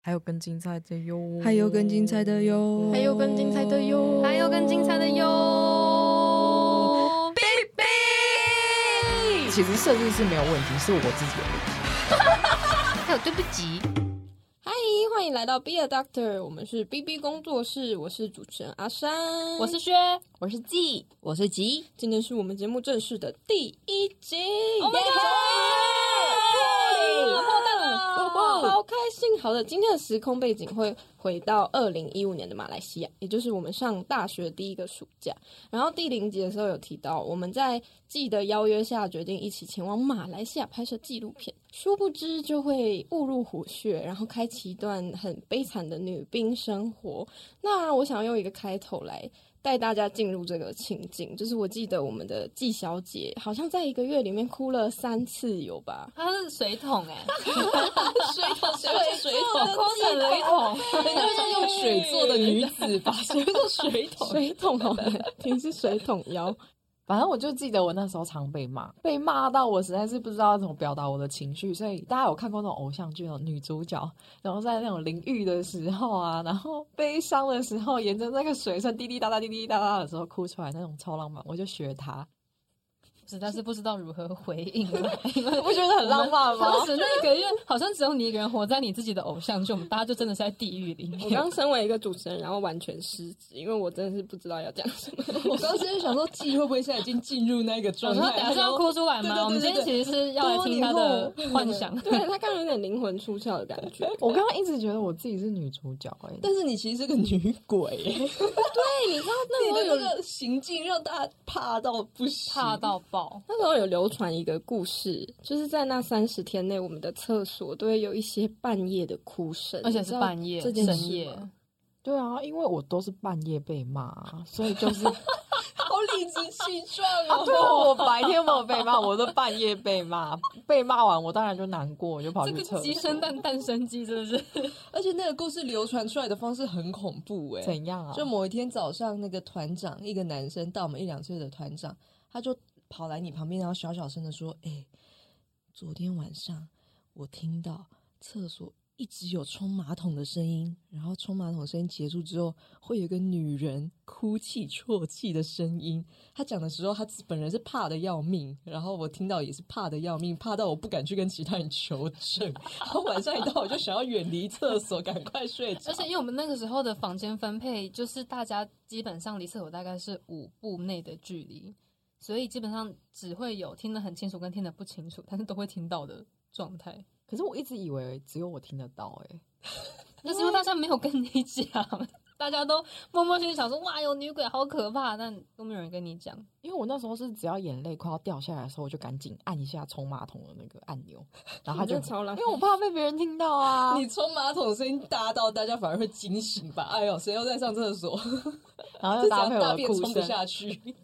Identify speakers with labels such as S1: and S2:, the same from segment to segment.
S1: 还有更精彩的哟，
S2: 还有更精彩的哟，
S3: 还有更精彩的哟，
S4: 还有更精彩的哟。
S1: 其实设计是没有问题，是我自己的问题。
S4: 还有对不起，
S3: 嗨，欢迎来到 Be a Doctor，我们是 B B 工作室，我是主持人阿山，
S4: 我是薛，我是季，我是吉。
S3: 今天是我们节目正式的第一集
S4: Oh my god！
S3: 耶破例了破蛋了
S4: 哇？
S3: 好开心！好的，今天的时空背景会回到二零一五年的马来西亚，也就是我们上大学第一个暑假。然后第零集的时候有提到，我们在季的邀约下决定一起前往马来西亚拍摄纪录片，殊不知就会误入虎穴，然后开启一段很悲惨的女兵生活。那我想用一个开头来带大家进入这个情境，就是我记得我们的季小姐好像在一个月里面哭了三次有吧
S4: 它啊是水桶哎，
S3: 水桶，水水
S4: 成了一桶。
S3: 人家是用水做的女子吧？谁做水桶？水桶 好难听，是水桶腰。
S1: 反正我就记得我那时候常被骂，被骂到我实在是不知道怎么表达我的情绪。所以大家有看过那种偶像剧，那种女主角，然后在那种淋浴的时候啊，然后悲伤的时候，沿着那个水声滴滴答答、滴滴答答的时候哭出来，那种超浪漫。我就学她，
S4: 实在是不知道如何回 应了，因为
S1: 你不觉得很浪漫吗？
S4: 当时那个月好像只有你一个人活在你自己的偶像剧，我们大家就真的是在地狱里
S3: 我
S4: 面。
S3: 刚身为一个主持人，然后完全失职，因为我真的是不知道要讲什么。
S2: 我刚刚想说，季会不会现在已经进入那个
S4: 我
S2: 状
S4: 说
S2: 态？
S4: 等下是要哭出来吗？我们
S2: 对对对对
S4: 今天其实是要来听他的幻想。
S3: 对他刚刚有点灵魂出窍的感觉。
S1: 我刚刚一直觉得我自己是女主角、欸，
S2: 但是你其实是个女鬼，
S3: 对，你知道那时
S2: 你
S3: 候
S2: 的
S3: 有
S2: 那个行径让大家怕到不行，
S4: 怕到爆！
S3: 那时候有流传一个故事，就是在那三十天内，我们的厕所都会有一些半夜的哭声，
S4: 而且
S3: 你知
S4: 是
S3: 道
S4: 半夜、
S3: 这件事
S4: 深夜，
S3: 吗
S1: 对啊，因为我都是半夜被骂，啊所以 就是
S2: 好理直气壮
S1: 啊，
S2: 哦。
S1: 对，我白天没有被骂，我都半夜被骂，被骂完我当然就难过，我就跑
S4: 这
S1: 去
S4: 个
S1: 厕
S4: 鸡
S1: 所。
S4: 生蛋，蛋生鸡，真的是。
S2: 而且那个故事流传出来的方式很恐怖哎、
S1: 怎样啊？
S2: 就某一天早上，那个团长，一个男生，大我们一两岁的团长，他就跑来你旁边，然后小小声的说：“哎、昨天晚上我听到厕所一直有冲马桶的声音，然后冲马桶的声音结束之后，会有一个女人哭泣啜泣的声音。”他讲的时候，他本人是怕的要命，然后我听到也是怕的要命，怕到我不敢去跟其他人求证。 然后晚上一到，我就想要远离厕所，赶快睡着
S4: 而。且因为我们那个时候的房间分配，就是大家基本上离厕所大概是五步内的距离，所以基本上只会有听得很清楚跟听得不清楚，但是都会听到的状态。
S1: 可是我一直以为只有我听得到、欸，
S4: 那是因为大家没有跟你讲，大家都默默心里想说：“哇，有女鬼，好可怕！”但都没有人跟你讲。
S1: 因为我那时候是只要眼泪快要掉下来的时候，我就赶紧按一下冲马桶的那个按 钮，然后他
S3: 你
S1: 就
S3: 真的，超浪
S1: 因为我怕被别人听到啊，
S2: 你冲马桶的声音大到大家反而会惊醒吧？哎呦，谁又在上厕 所？
S1: 然后
S2: 这
S1: 又
S2: 样
S1: 搭配我
S2: 大
S1: 的
S2: 便
S1: 哭
S2: 冲不
S1: 声。
S2: 下去。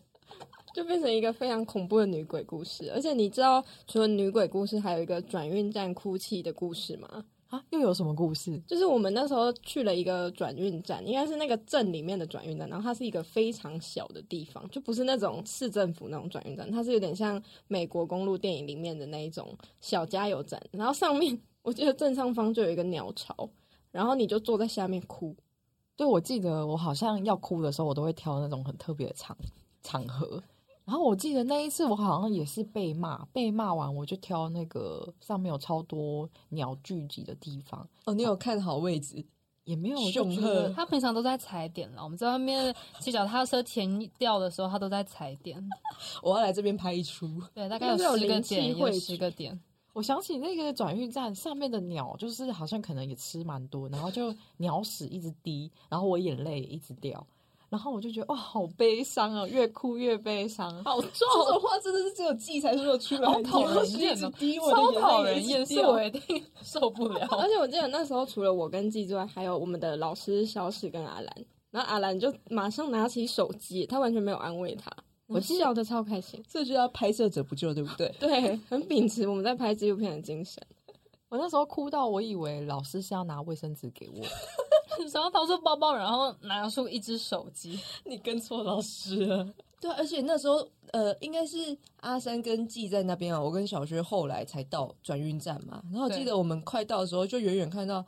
S3: 就变成一个非常恐怖的女鬼故事。而且你知道，除了女鬼故事，还有一个转运站哭泣的故事吗？
S1: 啊，又有什么故事？
S3: 就是我们那时候去了一个转运站，应该是那个镇里面的转运站，然后它是一个非常小的地方，就不是那种市政府那种转运站，它是有点像美国公路电影里面的那一种小加油站。然后上面，我记得正上方就有一个鸟巢，然后你就坐在下面哭。
S1: 对，我记得我好像要哭的时候，我都会挑那种很特别的场场合。然后我记得那一次，我好像也是被骂，被骂完我就挑那个上面有超多鸟聚集的地方，
S2: 哦，你有看好位置？
S1: 也没有我就
S2: 凶
S1: 觉
S2: 恶
S1: 得
S4: 他平常都在踩点了，我们在外面骑脚踏车填掉的时候，他都在踩点。
S2: 我要来这边拍一出。
S4: 对，大概有十个点，有十个点。
S1: 我想起那个转运站上面的鸟，就是好像可能也吃蛮多，然后就鸟屎一直滴，然后我眼泪也一直掉，然后我就觉得哇，好悲伤哦，越哭越悲伤。
S2: 好重！ 这种话真的是只有季才说得出来，
S4: 好讨 人
S2: 你
S4: 厌哦
S2: 一直滴我
S4: 超
S2: 的
S4: 讨
S2: 眼泪
S4: 人厌，
S2: 一直
S4: 是
S2: 掉
S4: 我一定受不
S3: 而
S4: 了。
S3: 且我记得那时候除了我跟季之外，还有我们的老师小史跟阿兰。然后阿兰就马上拿起手机，他完全没有安慰他，我笑得超开心。
S2: 这就叫拍摄者不救，对不对？
S3: 对，很秉持我们在拍纪录片的精神。
S1: 我那时候哭到我以为老师是要拿卫生纸给我，
S4: 然后掏出包包，然后拿出一只手机，
S2: 你跟错老师了。对，啊而且那时候呃，应该是阿三跟季在那边啊，我跟小薛后来才到转运站嘛。然后我记
S4: 对
S2: 得我们快到的时候，就远远看到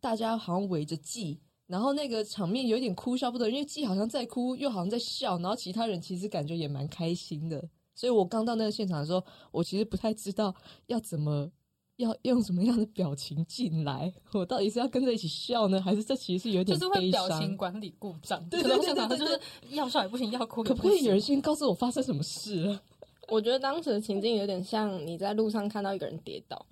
S2: 大家好像围着记，然后那个场面有点哭笑不得，因为记好像在哭，又好像在笑，然后其他人其实感觉也蛮开心的。所以我刚到那个现场的时候，我其实不太知道要怎么。要用什么样的表情进来？我到底是要跟着一起笑呢，还是这其实是有
S4: 就
S2: 点
S4: 是会
S2: 悲
S4: 表
S2: 伤？
S4: 情管理故障，
S2: 对
S4: 就到
S2: 对对
S4: 现场他就
S2: 对对
S4: 是要笑也不行，要哭也
S2: 可不可以
S4: 行
S2: 有人先告诉我发生什么事啊了？
S3: 我觉得当时的情境有点像你在路上看到一个人跌倒，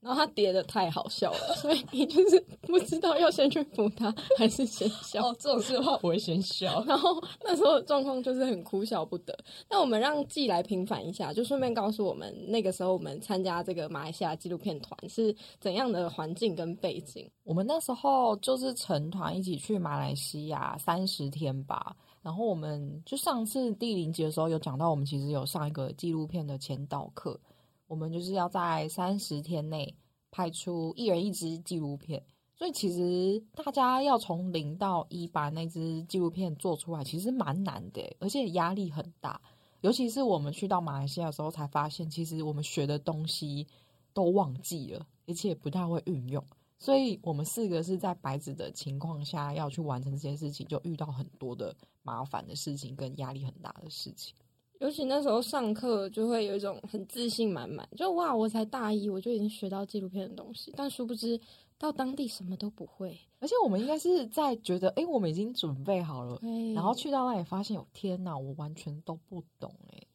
S3: 然后他跌的太好笑了，所以你就是不知道要先去扶他还是先笑。
S2: 哦，这种事的 话，我会先笑。
S3: 然后那时候的状况就是很哭笑不得。那我们让季来平反一下，就顺便告诉我们那个时候我们参加这个马来西亚纪录片团是怎样的环境跟背景。
S1: 我们那时候就是成团一起去马来西亚三十天吧，然后我们就上次第零集的时候有讲到，我们其实有上一个纪录片的前导课，我们就是要在三十天内拍出一人一支纪录片，所以其实大家要从零到一把那支纪录片做出来，其实蛮难的，欸而且压力很大。尤其是我们去到马来西亚的时候，才发现其实我们学的东西都忘记了，而且不太会运用。所以我们四个是在白纸的情况下要去完成这些事情，就遇到很多的麻烦的事情跟压力很大的事情。
S3: 尤其那时候上课就会有一种很自信满满，就哇，我才大一我就已经学到纪录片的东西，但殊不知到当地什么都不会。
S1: 而且我们应该是在觉得，诶，我们已经准备好了，
S3: 对
S1: 然后去到那里发现，有天哪，我完全都不懂诶。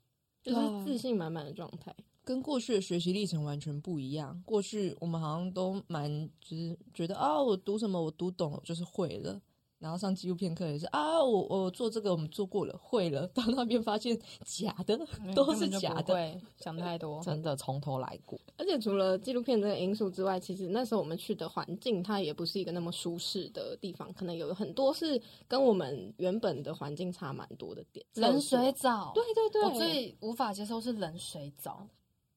S3: 就是自信满满的状态。
S2: 跟过去的学习历程完全不一样。过去我们好像都蛮就是觉得啊，我读什么我读懂了，我就是会了。然后上纪录片课也是啊，我我做这个我们做过了，会了。到那边发现假的
S4: 嗯
S2: 都
S4: 根
S2: 是
S4: 本就
S2: 假
S4: 不
S2: 的，
S4: 会想太多。
S1: 真的从头来过。
S3: 而且除了纪录片这个因素之外，其实那时候我们去的环境，它也不是一个那么舒适的地方，可能有很多是跟我们原本的环境差蛮多的点。
S4: 冷水澡，
S3: 对对对，
S4: 我最无法接受是冷水澡，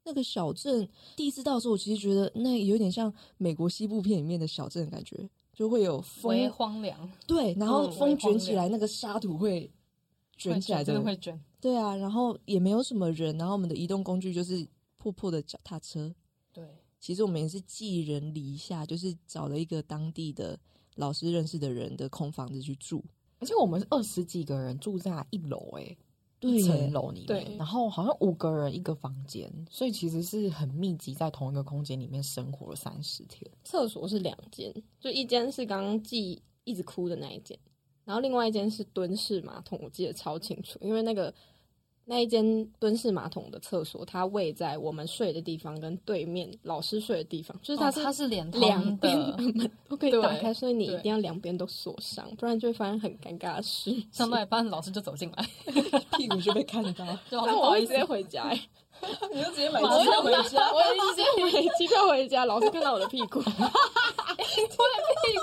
S2: 那个小镇第一次到的时候，我其实觉得那有点像美国西部片里面的小镇的感觉，就会有
S4: 微
S2: 风
S4: 荒凉，
S2: 对，然后
S4: 嗯
S2: 风
S4: 微
S2: 卷
S4: 风
S2: 起来，那个沙土会卷起来
S4: 真的会卷。
S2: 对啊，然后也没有什么人，然后我们的移动工具就是破破的脚踏车。
S4: 对，
S2: 其实我们也是寄人篱下，就是找了一个当地的老师认识的人的空房子去住。
S1: 而且我们是二十几个人住在一楼，诶，
S2: 对
S1: 一层
S2: 耶，
S1: 楼里面
S3: 对，
S1: 然后好像五个人一个房间，所以其实是很密集，在同一个空间里面生活了三十天。
S3: 厕所是两间，就一间是刚刚记一直哭的那一间，然后另外一间是蹲式马桶，我记得超清楚，因为那个那一间蹲式马桶的厕所，它位在我们睡的地方跟对面老师睡的地方，就是它
S4: 哦
S3: 是、
S4: 它是连通
S3: 两边
S4: 的，
S3: 都可以打开，
S4: 对
S3: 所以你一
S4: 对
S3: 定要两边都锁上，不然就会发生很尴尬的事。
S4: 上到一半老师就走进来，
S2: 屁股就被看到，
S4: 就老师
S3: 但
S4: 不
S3: 我
S4: 好
S3: 会直
S4: 意思，
S3: 接回家、 欸，
S2: 你就直接买
S4: 马上
S2: 机票回 家。
S3: 啊我会直接买机票回家，老师看到我的屁股，
S4: 屁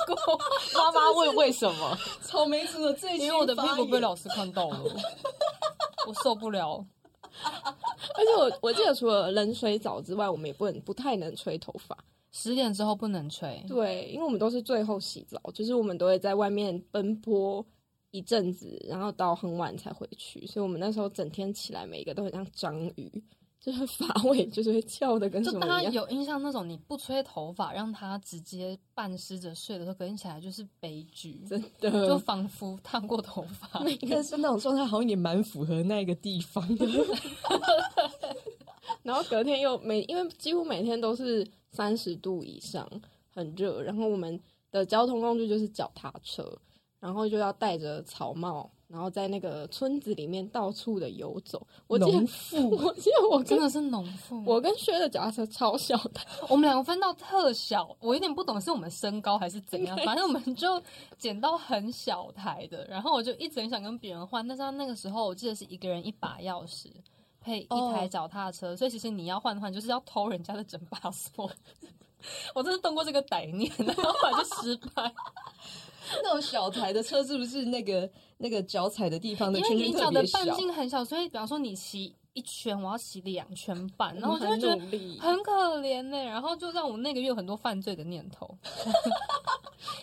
S4: 股，
S1: 妈妈问为什么？
S2: 草莓族的最
S4: 因为我的屁股被老师看到了，我受不了。
S3: 而且我我记得除了冷水澡之外，我们也不能不太能吹头发。
S4: 十点之后不能吹，
S3: 对，因为我们都是最后洗澡，就是我们都会在外面奔波一阵子，然后到很晚才回去，所以我们那时候整天起来，每一个都很像章鱼，就是 发尾就是会翘的跟什
S4: 就
S3: 么
S4: 大
S3: 一
S4: 家
S3: 样。
S4: 有印象那种你不吹头发，让它直接半湿着睡的时候，隔天起来就是悲剧，
S3: 真
S4: 就
S3: 的，
S4: 仿佛烫过头发。
S2: 但是那种状态好像也蛮符合那个地方 的。
S3: 然后隔天又每，因为几乎每天都是三十度以上，很热。然后我们的交通工具就是脚踏车，然后就要戴着草帽，然后在那个村子里面到处的游走。我记得
S2: 农，妇
S3: 我记得我
S4: 真
S3: 跟
S4: 的是农妇，
S3: 我跟薛的脚踏车超小的，
S4: 我们两个分到特小，我有点不懂是我们身高还是怎样，反正我们就捡到很小台的，然后我就一直很想跟别人换，但是他那个时候我记得是一个人一把钥匙。配一台
S2: 哦
S4: 脚踏车所以其实你要换换，就是要偷人家的整把锁。 我真是动过这个歹念，然后后来就失 败，
S2: 那种小台的车是不是那个那个脚踩的地方的
S4: 因为
S2: 圈圈
S4: 你
S2: 特
S4: 脚的
S2: 别小
S4: 半？径很小，所以比方说你骑一圈，我要骑两圈半，然后我就会
S3: 很
S4: 觉得
S3: 努力，
S4: 很可怜呢、然后就让我那个月有很多犯罪的念头，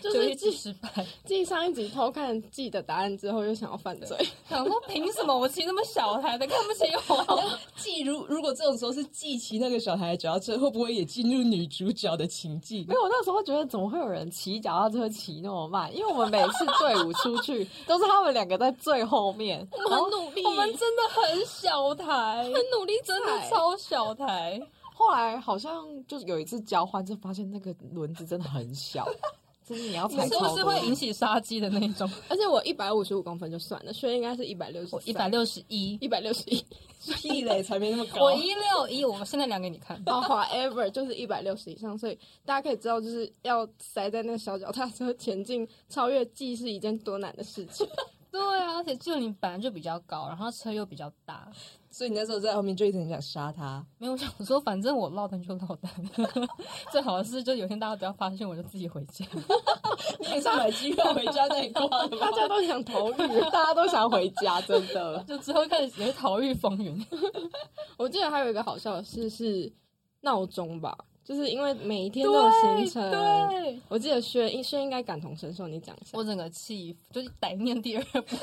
S3: 就
S4: 就是
S3: 回
S4: 次
S3: 记
S4: 失败，
S3: 记上一集偷看记的答案之后，又想要犯 罪，
S4: 想说凭什么我骑那么小台的看不起我？
S2: 季如如果这种时候是季骑那个小孩脚踏车，会不会也进入女主角的情境
S1: 因？为我那时候觉得怎么会有人骑脚踏车骑那么慢？因为我们每次队伍出去 都是他们两个在最后面，
S3: 我们很努力，
S4: 我们真的很小台，
S3: 很努力，
S4: 真的。超小台。
S1: 后来好像就有一次交换，就发现那个轮子真的很小， 就是你要踩
S4: 你说
S1: 超
S4: 是
S1: 多
S4: 会。引起杀机的那一种，
S3: 而且我一百五十五公分就算了，所以应该是一百六十，
S4: 我一百六十一，
S3: 一百六十一，
S2: 屁嘞，才没那么高
S4: 我。一六一，我现在量给你看。
S3: 哦，however 就是一百六十以上，所以大家可以知道，就是要塞在那个小脚踏车前进超越记是一件多难的事 情。
S4: 对啊，而且就你本来就比较高，然后车又比较大，
S2: 所以你那时候在后面就一直很想杀他。
S4: 没有想说反正我落单就落单， 最好的是就有一天大家不要发现，我就自己回家。
S2: 你也是买机票回家再挂的
S3: 大家都想逃狱，
S2: 啊
S1: 大家都想回家，真的。
S4: 就之后开始有逃狱风 云，
S3: 我记得还有一个好笑的事是闹钟吧，就是因为每一天都有行程。
S4: 对，
S3: 我记得薛应薛应该感同身受，你讲一下
S4: 我。整个气就是歹念第二波。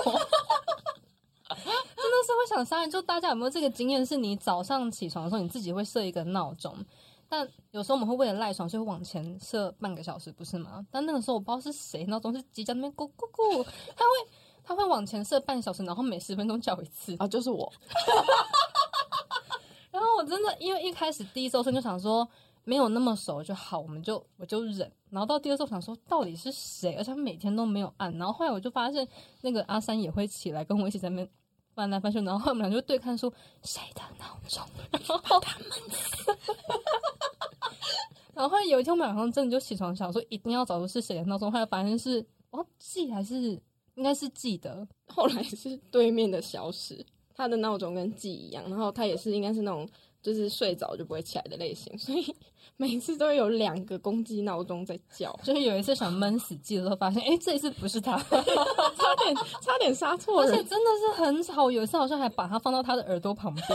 S4: 真的是会想杀人，就大家有没有这个经验？是你早上起床的时候，你自己会设一个闹钟，但有时候我们会为了赖床，所以会往前设半个小时，不是吗？但那个时候我不知道是谁闹钟是即将那边咕咕咕，他会他会往前设半小时，然后每十分钟叫一次，
S1: 啊，就是我，
S4: 然后我真的因为一开始第一周生就想说没有那么熟就好，我们就我就忍。然后到第二周想说到底是谁，而且他每天都没有按。然后后来我就发现那个阿三也会起来跟我一起在那边翻来翻去，然后我们俩就对看说谁的闹钟，然后他们。然后后来有一天我们晚上真的就起床想说一定要找出是谁的闹钟，后来发现是忘记还是应该是记得，，
S3: 后来是对面的消失， 他的闹钟跟记一样，然后他也是应该是那种就是睡着就不会起来的类型， 所以每次都有两个公鸡闹钟在叫
S4: 就是有一次想闷死记的时候发现，哎，这一次不是他。
S3: 差点差点杀错
S4: 而且
S3: 人，
S4: 真的是很吵，有一次好像还把它放到他的耳朵 旁边，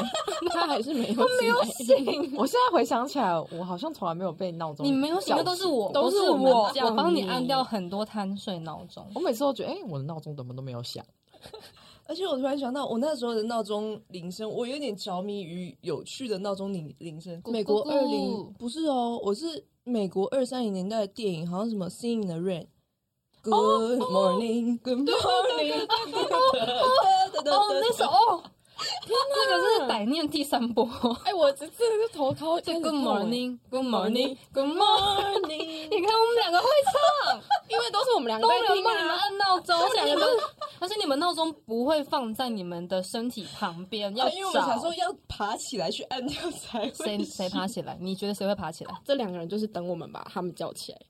S3: 他还是没有起来。
S1: 嗯我现在回想起来，我好像从来没有被闹钟。
S4: 你没有醒，那都是我，
S3: 都
S4: 是
S3: 是我们
S4: 我，
S3: 叫
S4: 我帮你
S3: 你
S4: 按掉很多贪睡闹钟。
S1: 我每次都觉得，哎、我的闹钟怎么都没有响？
S2: 而且我突然想到，我那时候的闹钟铃声，我有点着迷于有趣的闹钟铃铃声。
S4: 咕咕咕
S2: 美国二零不是哦，我是美国二三零年代的电影，好像什么《Sing in the Rain》。Good morning, Good morning。
S4: 哦
S2: 哦，
S4: 那首哦，天哪，这个是歹念第三 波。
S3: 哎、我这真的是头靠
S4: 就
S3: 开始
S4: Good
S3: 痛了
S4: morning, Good morning, Good morning。你看我们两个会唱，
S3: 因为都是我们两个
S4: 都
S3: 在
S4: 没有人
S3: 听
S4: 帮你们
S3: 啊。
S4: 按闹 钟，而且你们，而且你们闹钟不会放在你们的身体旁边，要
S2: 因为我们想
S4: 找
S2: 说要爬起来去按掉才会
S4: 谁谁爬起来？你觉得谁会爬起来？
S3: 这两个人就是等我们把他们叫起来，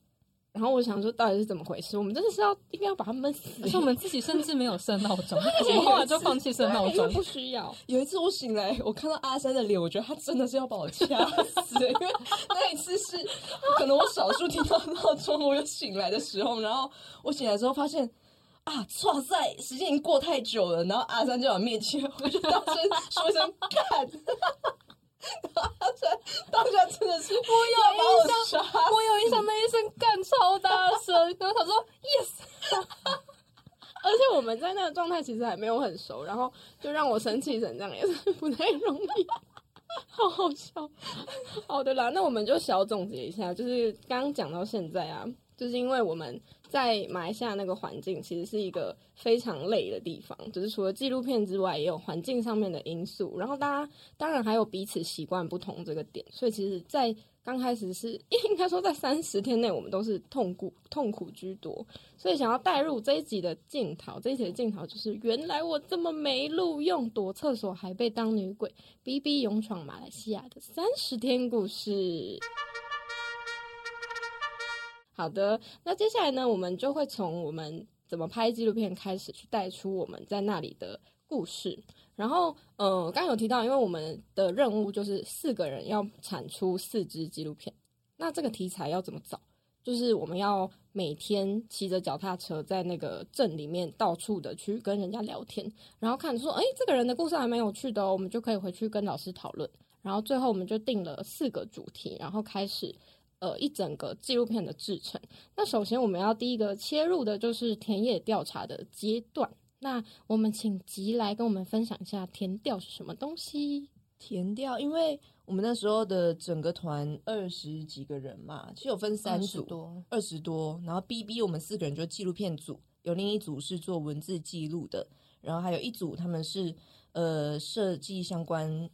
S3: 然后我想说到底是怎么回事，我们真的是要应该要把他们死
S4: 而，且我们自己甚至没有设闹 钟，我们后来就放弃设闹
S3: 因为
S4: 钟。
S3: 哎不需要。
S2: 有一次我醒来，我看到阿三的脸，我觉得他真的是要把我掐死，因为那一次是可能我少数听到闹钟，我有醒来的时候，然后我醒来之后发现。啊！错赛时间已经过太久了，然后阿三就在我面前，我就大声说一声“干”，然后阿三当下真的是不要把我杀
S4: 我有印象那一声干超大声，然后想说 yes，
S3: 而且我们在那个状态其实还没有很熟，然后就让我生气成这样也是不太容易，好好笑。 好的啦，那我们就小总结一下，就是刚刚讲到现在啊，就是因为我们在马来西亚那个环境其实是一个非常累的地方，就是除了纪录片之外，也有环境上面的因素，然后大家当然还有彼此习惯不同这个点，所以其实，在刚开始是 应该说在三十天内，我们都是痛苦痛苦居多，所以想要带入这一集的镜头，这一集的镜头就是原来我这么没录用，躲厕所还被当女鬼，B B 勇闯马来西亚的三十天故事。好的，那接下来呢，我们就会从我们怎么拍纪录片开始，去带出我们在那里的故事。然后，呃，刚刚有提到，因为我们的任务就是四个人要产出四支纪录片，那这个题材要怎么找？就是我们要每天骑着脚踏车在那个镇里面到处的去跟人家聊天，然后看说，哎，这个人的故事还蛮有趣的哦，我们就可以回去跟老师讨论。然后最后我们就定了四个主题，然后开始呃一整个纪录片的制成。那首先我们要第一个切入的就是田野调查的阶段。那我们请吉来跟我们分享一下田调是什么东西。
S2: 填掉，因为我们那时候的整个团二十几个人嘛，其实有分三
S4: 20
S2: 组，
S4: 多，
S2: 二十多，然后 B B 我们四个人就是纪录片组，有另一组是做文字记录的，然后还有一组他们是呃设计相关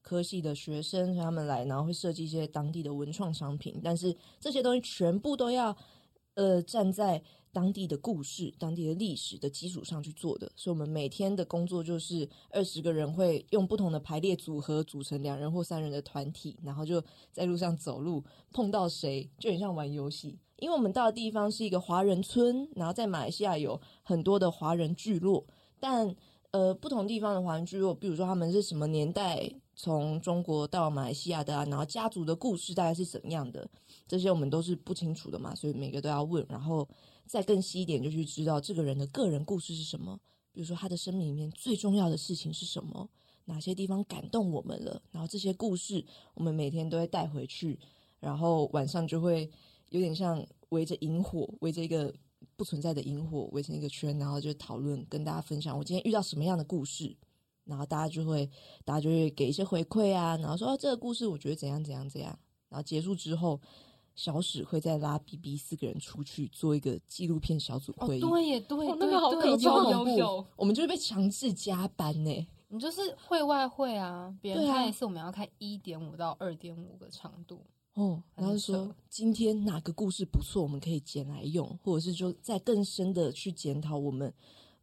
S2: 科系的学生，所以他们来，然后会设计一些当地的文创商品，但是这些东西全部都要呃站在当地的故事、当地的历史的基础上去做的，所以我们每天的工作就是二十个人会用不同的排列组合组成两人或三人的团体，然后就在路上走路，碰到谁就很像玩游戏。因为我们到的地方是一个华人村，然后在马来西亚有很多的华人聚落，但呃，不同地方的华人聚落，比如说他们是什么年代从中国到马来西亚的啊，然后家族的故事大概是怎样的，这些我们都是不清楚的嘛，所以每个都要问，然后再更细一点就去知道这个人的个人故事是什么，比如说他的生命里面最重要的事情是什么，哪些地方感动我们了，然后这些故事我们每天都会带回去，然后晚上就会有点像围着萤火，围着一个不存在的萤火围成一个圈，然后就讨论跟大家分享我今天遇到什么样的故事，然后大家就会大家就会给一些回馈啊，然后说、哦、这个故事我觉得怎样怎样怎样，然后结束之后，小史会再拉 B B 四个人出去做一个纪录片小组
S4: 哦，
S2: 会议，
S4: 对耶，对，
S1: 哦那
S4: 对
S1: 个好
S4: 对
S1: 可
S4: 有
S1: 怕
S4: 有有，
S2: 我们就是被强制加班呢、
S4: 哦你就是会外会啊，别人
S2: 对啊
S4: 看一次，我们要看一点五到二点五个长度，
S2: 哦，
S4: 很
S2: 然后
S4: 扯
S2: 说今天哪个故事不错，我们可以捡来用，或者是就再更深的去检讨我们，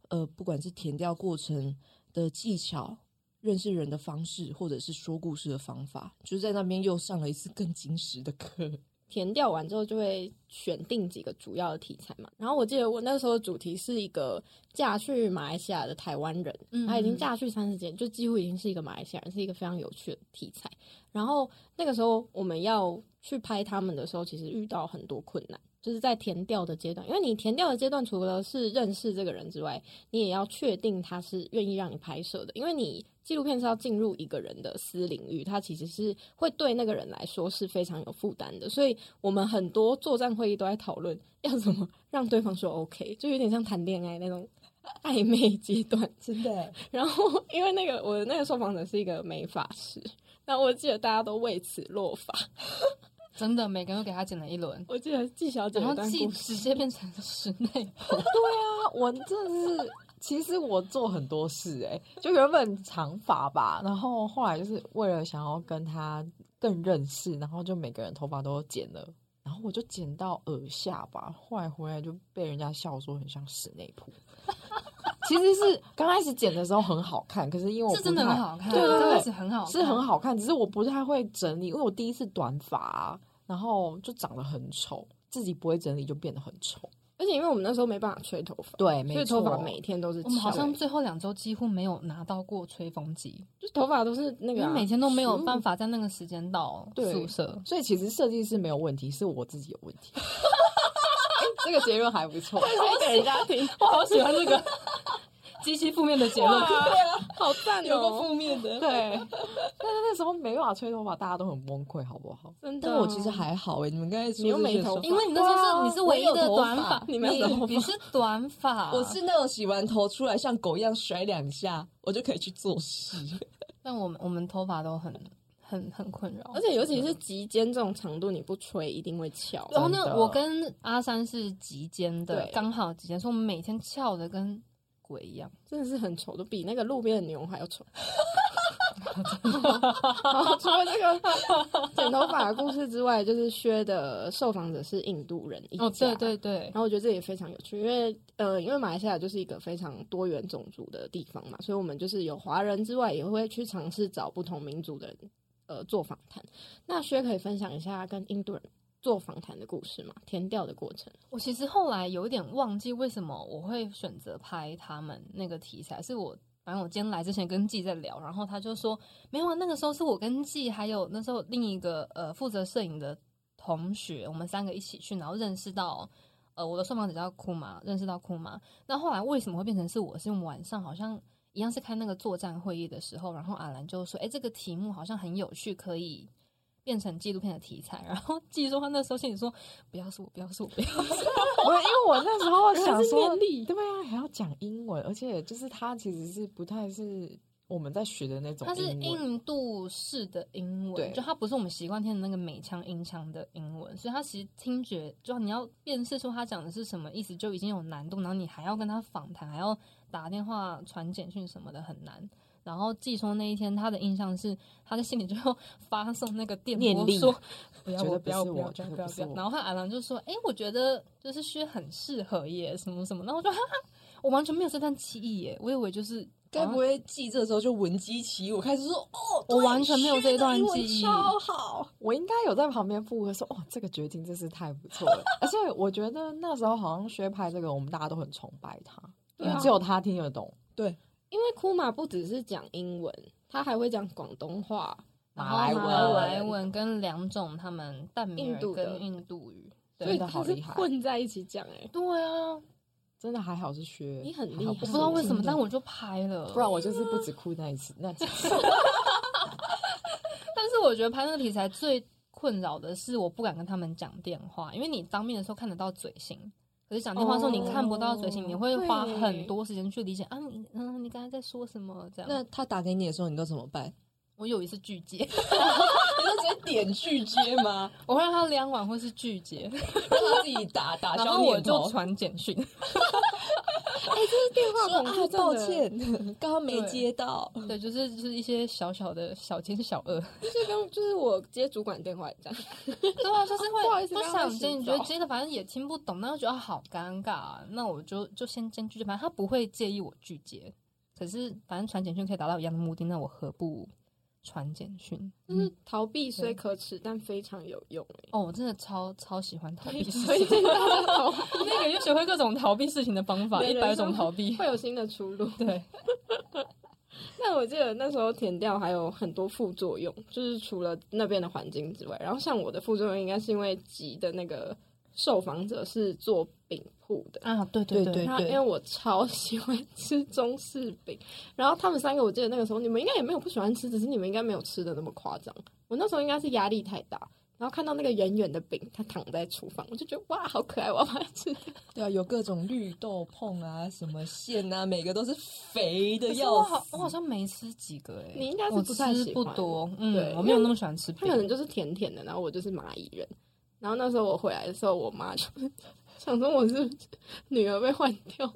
S2: 呃，不管是填调过程的技巧、认识人的方式，或者是说故事的方法，就是在那边又上了一次更精实的课。
S3: 填掉完之后就会选定几个主要的题材嘛。然后我记得我那时候的主题是一个嫁去马来西亚的台湾人，
S4: 嗯
S3: 他已经嫁去三十年，就几乎已经是一个马来西亚人，是一个非常有趣的题材。然后那个时候我们要去拍他们的时候，其实遇到很多困难，就是在填掉的阶段，因为你填掉的阶段除了是认识这个人之外，你也要确定他是愿意让你拍摄的，因为你纪录片是要进入一个人的私领域，它其实是会对那个人来说是非常有负担的，所以我们很多作战会议都在讨论 要怎么让对方说 OK，就有点像谈恋爱那种 暧昧阶段。
S2: 真的，
S3: 然后因为那个我的那个受访者是一个美发师，那我记得大家都为此落发。
S4: 真的每个人都给他剪了一轮，
S3: 我记得季小姐
S4: 然
S3: 有
S4: 后
S3: 一段
S4: 气
S3: 故事，
S4: 直接变成室内，
S1: 啊，我真的是，其实我做很多事哎、就原本长发吧，然后后来就是为了想要跟他更认识，然后就每个人头发都剪了。然后我就剪到耳下吧，后来回来就被人家笑说很像室内铺。 其实是刚开始剪的时候很好看，可是因为我
S4: 是真的
S1: 不太
S4: 很好看，
S1: 对对
S4: 真的
S1: 对
S4: 是很好看，
S1: 是很好看，只是我不太会整理，因为我第一次短发啊、然后就长得很丑，自己不会整理就变得很丑。
S3: 而且因为我们那时候没办法吹头发，
S1: 对，没
S3: 所以
S1: 错
S3: 头发每天都是
S4: 我们好
S3: 翘
S4: 像
S3: 的
S4: 最后两周几乎没有拿到过吹风机，
S3: 就头发都是那
S4: 因
S3: 个、
S4: 为
S3: 啊，
S4: 每天都没有办
S3: 法。
S4: 法在那个时间到
S1: 对
S4: 宿舍。
S1: 所以其实设计师没有问题，是我自己有问 题。这个结论还不错，
S3: 给人家听，
S4: 我好喜欢这个极其负面的结论，
S3: 好赞
S2: 有个
S3: 哦！
S2: 负面的。
S1: 对。但是那时候没办法吹头发，大家都很崩溃，好不好？
S3: 真的
S2: 但
S3: 啊，
S2: 我其实还好哎、你们刚才说
S3: 你又
S2: 这
S3: 没
S2: 些
S3: 头
S2: 说
S3: 发
S4: 因为你那时候是你是唯一
S2: 我有
S4: 的
S2: 头
S4: 短
S2: 发
S4: 发，
S3: 你没有头发
S4: 你是短发，
S2: 我是那种洗完头出来像狗一样甩两下，我就可以去做事。
S4: 但我们我们头发都很很很困扰，
S3: 而且尤其是及肩这种长度，你不吹一定会翘。
S4: 然后呢
S1: 真，的
S4: 我跟阿三是及肩的，
S3: 对
S4: 刚好及肩，所以我们每天翘的跟鬼一样。
S3: 真的是很丑，都比那个路边的牛还要丑。 好，除了这个剪头发的故事之外，就是薛的受访者是印度人一家。
S4: 哦，对。对对
S3: 然，后我觉得这也非常有趣，因为呃，因为马来西亚就是一个非常多元种族的地方嘛，所以我们就是有华人之外，也会去尝试找不同民族的人呃做访谈。那薛可以分享一下跟印度人做访谈的故事吗？填调的过程。
S4: 我其实后来有一点忘记为什么我会选择拍他们那个题材，是我反正我今天来之前跟季在聊，然后他就说没有啊，那个时候是我跟季还有那时候另一个呃负责摄影的同学，我们三个一起去，然后认识到呃我的受访者叫库玛，认识到库玛。那后来为什么会变成是我？是因为我们晚上好像一样是开那个作战会议的时候，然后阿兰就说，哎，这个题目好像很有趣，可以。变成纪录片的题材。 然后记说他那时候心里说：“不要是我，不要是我，不要是我。
S1: 我因为我那时候想
S3: 原来
S1: 说
S3: 是念，力
S1: 对啊，还要讲英文，而且就是它其实是不太是我们在学的那”种
S4: 它是
S1: 英文。
S4: 印度式的英
S1: 对
S4: 文，就它不是我们习惯听的那个美腔音腔的英文，所以它其实听觉就你要辨识出他讲的是什么意思就已经有难度，然后你还要跟他访谈，还要打电话、传简讯什么的，很难。然后季说那一天，他的印象是他在心里就发送那个电
S1: 念
S4: 波
S1: 力
S4: 说：“不要
S1: 觉得
S4: 我，
S1: 不
S4: 不
S1: 是
S4: 要不
S1: 我
S4: 要不要
S1: 觉得
S4: 不要
S1: 不
S4: 不
S1: 是
S4: 要。”
S1: 我
S4: 然后他阿郎就说：“哎、我觉得就是薛很适合耶，什么什么。”然后我说：“哈哈，我完全没有这段记忆耶，我以为就是
S2: 该不会记这时候就闻鸡起舞，开始说哦，
S4: 我
S2: 对
S4: 完全没有这一段记忆
S2: 薛的英文超好，
S1: 我应该有在旁边附和说：“哇，这个决定真是太不错了！” 而且我觉得那时候好像薛拍这个，我们大家都很崇拜他，因
S3: 对
S1: 为
S3: 啊
S1: 只有他听得懂
S3: 因为库玛不只是讲英文，他还会讲广东话。
S1: 马来
S4: 文、
S1: 文。
S4: 马来文跟两种他们淡米
S3: 印
S4: 尔
S3: 度的
S4: 跟印度语。
S3: 所
S1: 真
S3: 以
S4: 对
S1: 的好
S3: 他是
S1: 厉害
S3: 混在一起讲哎、
S4: 对啊，
S1: 真的还好是薛，
S3: 你很
S1: 还好
S3: 厉害
S4: 我
S1: 是
S4: 不知道为什么
S1: 真，的
S4: 但我就拍了。
S1: 不然我就是不止哭那一次，那 几次
S4: 但是我觉得拍那个题材最困扰的是，我不敢跟他们讲电话，因为你当面的时候看得到嘴型，可是讲电话的时候你看不到嘴型，
S3: 哦
S4: 你会花
S3: 对
S4: 很多时间去理解啊，你嗯，你刚才在说什么？这样。
S2: 那他打给你的时候，你都怎么 办？
S4: 我有一次拒接，
S2: 你就直接哎点拒接吗？
S4: 我会让他两晚或是拒接，
S2: 让 他自己打打
S4: 然
S2: 消
S4: 后我
S2: 念
S4: 就
S2: 头。
S4: 传简 讯，
S3: 电话
S2: 说
S3: 恐
S2: 啊
S3: 怖，
S2: 抱，歉， 刚刚没
S4: 对
S2: 接到。
S4: 对，就是就是一些小小的小奸小恶，
S3: 就是跟就是我接主管电话也这样，
S4: 对啊，就是
S3: 不好意
S4: 会
S3: 思
S4: 不
S3: 刚刚
S4: 想
S3: 在洗
S4: 接，你觉得
S3: 澡
S4: 接的反正也听不懂，那就觉得好尴尬、啊，那我就就先先拒绝，反正他不会介意我拒接，可是反正传简讯可以达到一样的目的，那我何不传简讯？
S3: 就是逃避虽可耻，但非常有用 哎、
S4: 哦，我真的超超喜欢逃避事
S3: 所以
S4: 情，
S3: 真的要逃避，
S4: 那个就学会各种逃避事情的方法，
S3: 每
S4: 一
S3: 人
S4: 百
S3: 生
S4: 种逃 避。
S3: 会有新的出路。
S4: 对，
S3: 但我记得那时候填掉还有很多副作用，就是除了那边的环境之外，然后像我的副作用应该是因为急的那个受访者是做饼铺的，
S4: 啊，对对
S2: 对
S4: 对
S2: 对
S3: 然后因为我超 喜欢吃中式饼，然后他们三个我记得那个时候你们应该也没有不喜欢吃，只是你们应该没有吃的那么夸张。我那时候应该是压力太大，然后看到那个圆圆的饼，它躺在厨房，我就觉得哇好可爱，我要把它吃掉。
S2: 对啊，有各种绿豆碰啊，什么馅啊，每个都是肥的
S4: 可是
S2: 要
S4: 我
S2: 死。
S4: 好，我好像没吃几个哎、欸，
S3: 你应该是
S4: 我
S3: 不太
S4: 吃
S3: 喜
S4: 不
S3: 欢
S4: 多，嗯
S3: 对，
S4: 我没有那么喜欢吃
S3: 它
S4: 饼
S3: 可，能就是甜甜的，然后我就是蚂蚁人。然后那时候我回来的时候，我妈就 想说我是不是女儿被换掉。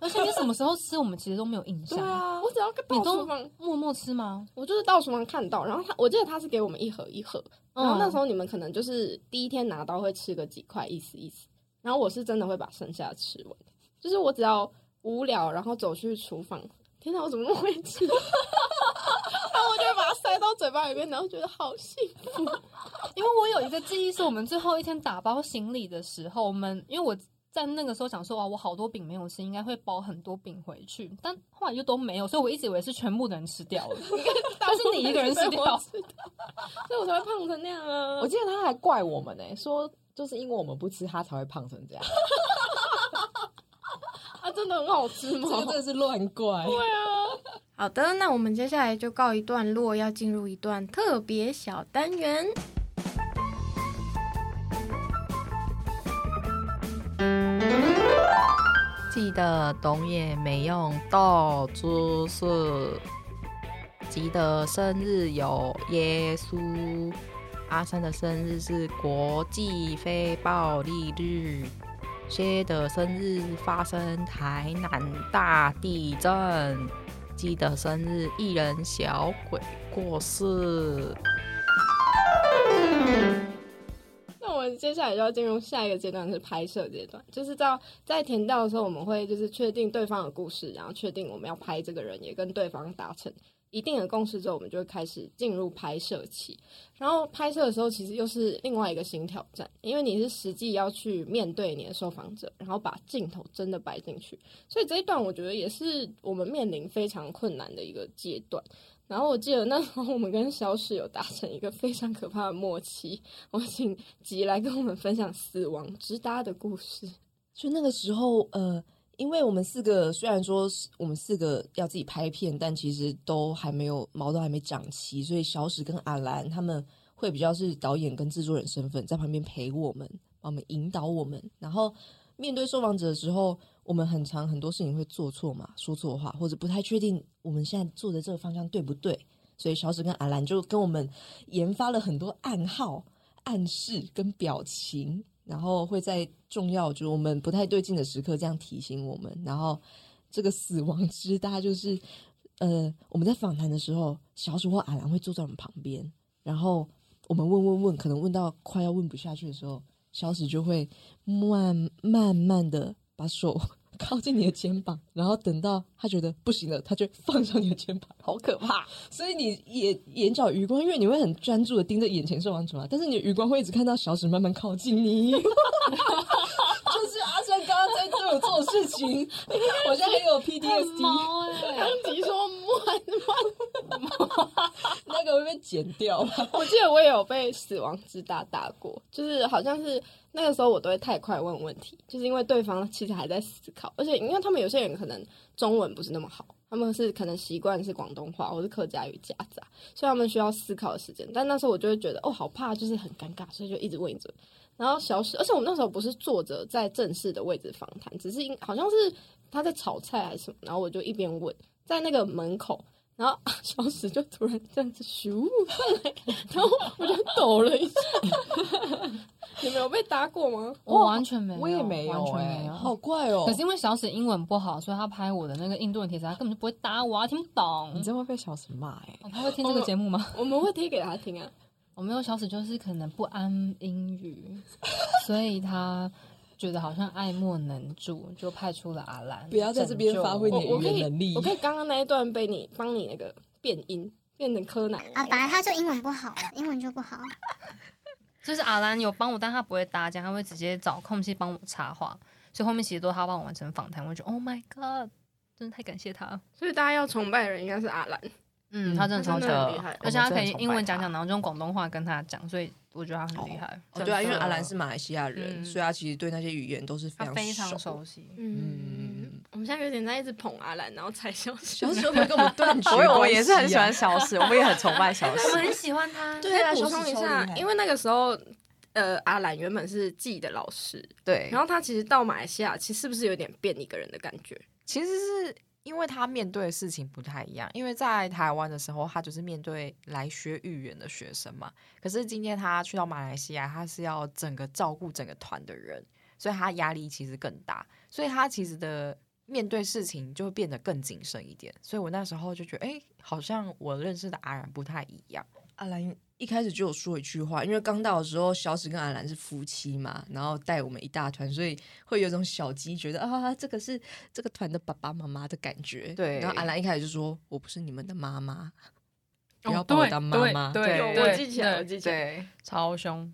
S4: 而且你什么时候吃，我们其实都没有印象。
S3: 对啊， 我只要
S4: 你
S3: 到
S4: 都
S3: 厨房，
S4: 默默吃吗？
S3: 我就是到厨房看到，然后他我记得他是给我们一盒一盒，然后那时候你们可能就是第一天拿到会吃个几块，意思意思。然后我是真的会把剩下的吃完，就是我只要无聊，然后走去厨房，天哪，我怎么那么会吃？ 然后我就会把它塞到嘴巴里面，然后觉得好幸福。
S4: 因为我有一个记忆，是我们最后一天打包行李的时候，我们因为我在那个时候想说，哇，我好多饼没有吃，应该会包很多饼回去，但后来又都没有，所以我一直以为是全部的人吃掉 了。但是你一个人吃掉，
S3: 所以我才会胖成那样啊！
S1: 我记得他还怪我们呢、欸说就是因为我们不吃，他才会胖成这样。
S3: 啊，真的很好吃
S2: 这
S3: 吗？
S2: 个真的是乱怪。
S5: 好的，那我们接下来就告一段落，要进入一段特别小单元。
S6: 记得懂也没用，到处是。记得生日有耶稣，阿三的生日是国际非暴力日，薛的生日发生台南大地震，记得生日一人小鬼过世。
S3: 那我们接下来就要进入下一个阶段，是拍摄阶段，就是到在填到的时候，我们会就是确定对方的故事，然后确定我们要拍这个人，也跟对方达成一定的共识之后，我们就会开始进入拍摄期。然后拍摄的时候，其实又是另外一个新挑战，因为你是实际要去面对你的受访者，然后把镜头真的摆进去，所以这一段我觉得也是我们面临非常困难的一个阶段。然后我记得那时候我们跟小史有达成一个非常可怕的默契，我请吉来跟我们分享死亡直达的故事。
S2: 就那个时候，呃，因为我们四个虽然说是我们四个要自己拍片，但其实都还没有毛都还没长齐，所以小史跟阿兰他们。会比较是导演跟制作人身份在旁边陪我们，帮我们引导我们。然后面对受访者的时候，我们很长很多事情会做错嘛，说错话，或者不太确定我们现在做的这个方向对不对。所以小史跟阿兰就跟我们研发了很多暗号、暗示跟表情，然后会在重要就是我们不太对劲的时刻这样提醒我们。然后这个死亡之大就是，呃，我们在访谈的时候，小史或阿兰会坐在我们旁边，然后我们问问问，可能问到快要问不下去的时候，小史就会慢慢慢的把手 靠近你的肩膀，然后等到他觉得不行了，他就放上你的肩膀，好可怕。所以你眼眼角余光，因为你会很专注的盯着眼前受亡者嘛，但是你的余光会一直看到小史慢慢靠近 你。就是阿生刚刚在对我做的事情， 我现在很有 PTSD，
S4: 猫哎、
S5: 你说慢慢，
S2: 那个会被剪掉。
S3: 我记得我也有被死亡之大打过，就是好像是那个时候我都会太快问问题，就是因为对方其实还在思考，而且因为他们有些人可能中文不是那么好，他们是可能习惯是广东话或是客家语夹杂，所以他们需要思考的时间。但那时候我就会觉得哦，好怕，就是很尴尬，所以就一直问一直问。然后小史，而且我们那时候不是坐着在正式的位置访谈，只是因好像是他在炒菜还是什么，然后我就一边问，在那个门口，然后 小史就突然这样子咻过来，然后我就抖了一下。你们有被搭过吗？
S4: 我完全没有，
S1: 我也没有
S4: 完全
S1: 哎
S4: 没有。
S2: 好怪哦
S4: 可！是因为小史英文不好，所以他拍我的那个印度人帖子，他根本就不会打我啊，听不懂
S1: 你。真会被小史骂哎、
S4: 哦他会听这个节目吗？
S3: 我们会贴给他听啊。
S4: 我哦没有，小史就是可能不安英语，所以他觉得好像爱莫能助，就派出了阿兰。
S2: 不要在这边发挥你
S3: 我
S2: 的
S3: 哦我
S2: 语
S3: 可
S2: 言
S3: 以
S2: 能力
S3: 我。可以刚刚那一段被你帮你那个变音，变成柯南。
S7: 啊，本来他就英文不好了，英文就不好。
S4: 就是阿兰有帮我，但他不会搭腔，他会直接找空隙帮我插话，所以后面其实都是他帮我完成访谈。我就觉得 Oh my God，真的太感谢他。
S5: 所以大家要崇拜的人应该是阿兰，
S4: 嗯，他真的超强
S5: 他真的很厉害
S4: 而且他可以
S6: 我们真的很崇拜
S4: 英文讲讲，
S6: 他
S4: 然后就用广东话跟他讲，所以我觉得他很厉害，
S2: 哦，对啊，因为
S4: 真的
S2: 阿兰是马来西亚人，
S4: 嗯
S2: 所以他其实对那些语言都是非
S4: 他
S2: 常
S4: 非常
S2: 熟。
S4: 熟悉。
S5: 嗯，我们现在有点在一直捧阿兰，然后踩小史
S2: 小。时候会跟我们断绝、啊
S6: 我我也是很喜欢。小史，我们也很崇拜小
S4: 我
S6: 史。
S4: 很喜欢他，
S2: 对啊，
S3: 补
S2: 小
S3: 充
S2: 史
S3: 一
S2: 超厉
S3: 下
S2: 害，
S3: 因为那个时候，呃，阿兰原本是季的老师，
S6: 对，
S3: 然后他其实到马来西亚，其实是不是有点变一个人的感觉？
S6: 其实是因为他面对的事情不太一样，因为在台湾的时候，他就是面对来学语言的学生嘛。可是今天他去到马来西亚，他是要整个照顾整个团的人，所以他压力其实更大，所以他其实的。面对事情就会变得更谨慎一点，所以我那时候就觉得，哎，好像我认识的阿然不太一样。
S2: 阿兰一开始就有说一句话，因为刚到的时候，小史跟阿兰是夫妻嘛，然后带我们一大团，所以会有一种小鸡觉得啊，这个是这个团的爸爸妈妈的感觉。
S6: 对
S2: 然后阿兰一开始就说：“我不是你们的妈妈，不
S4: 哦
S2: 要把我当妈妈。
S4: 对对
S6: 有
S4: 对
S5: 我记起来
S4: 对
S5: 我记起来
S4: 对超凶。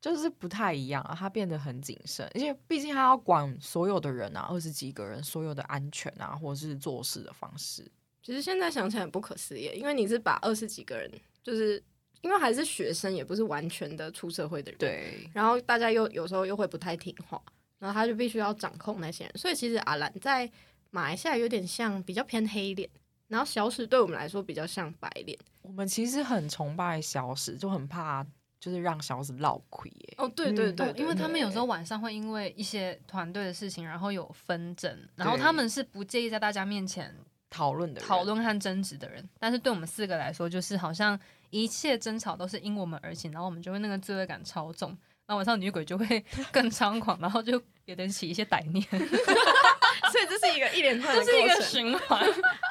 S6: 就是不太一样啊，他变得很谨慎，而且毕竟他要管所有的人啊，二十几个人所有的安全啊，或者是做事的方式。
S3: 其实现在想起来很不可思议，因为你是把二十几个人，就是因为还是学生，也不是完全的出社会的人，。
S6: 对，
S3: 然后大家又有时候又会不太听话，然后他就必须要掌控那些人。所以其实阿兰在马来西亚有点像比较偏黑脸，然后小史对我们来说比较像白脸。
S6: 我们其实很崇拜小史，就很怕就是让小史落亏耶、
S3: 哦，对对对
S4: 哦因为他们有时
S3: 候
S4: 候晚上会因为一些团队的事情，然后有纷争，然后他们是不介意在大家面前
S6: 讨论的人
S4: 讨，论和争执的人，但是对我们四个来说，就是好像一切争吵都是因我们而起，然后我们就会那个罪恶感超重，那晚上女鬼就会更猖狂，然后就给人起一些歹 念，
S3: 所以这是一个一连串
S4: 这
S3: 的
S4: 是一
S3: 过
S4: 个
S3: 程，
S4: 循环。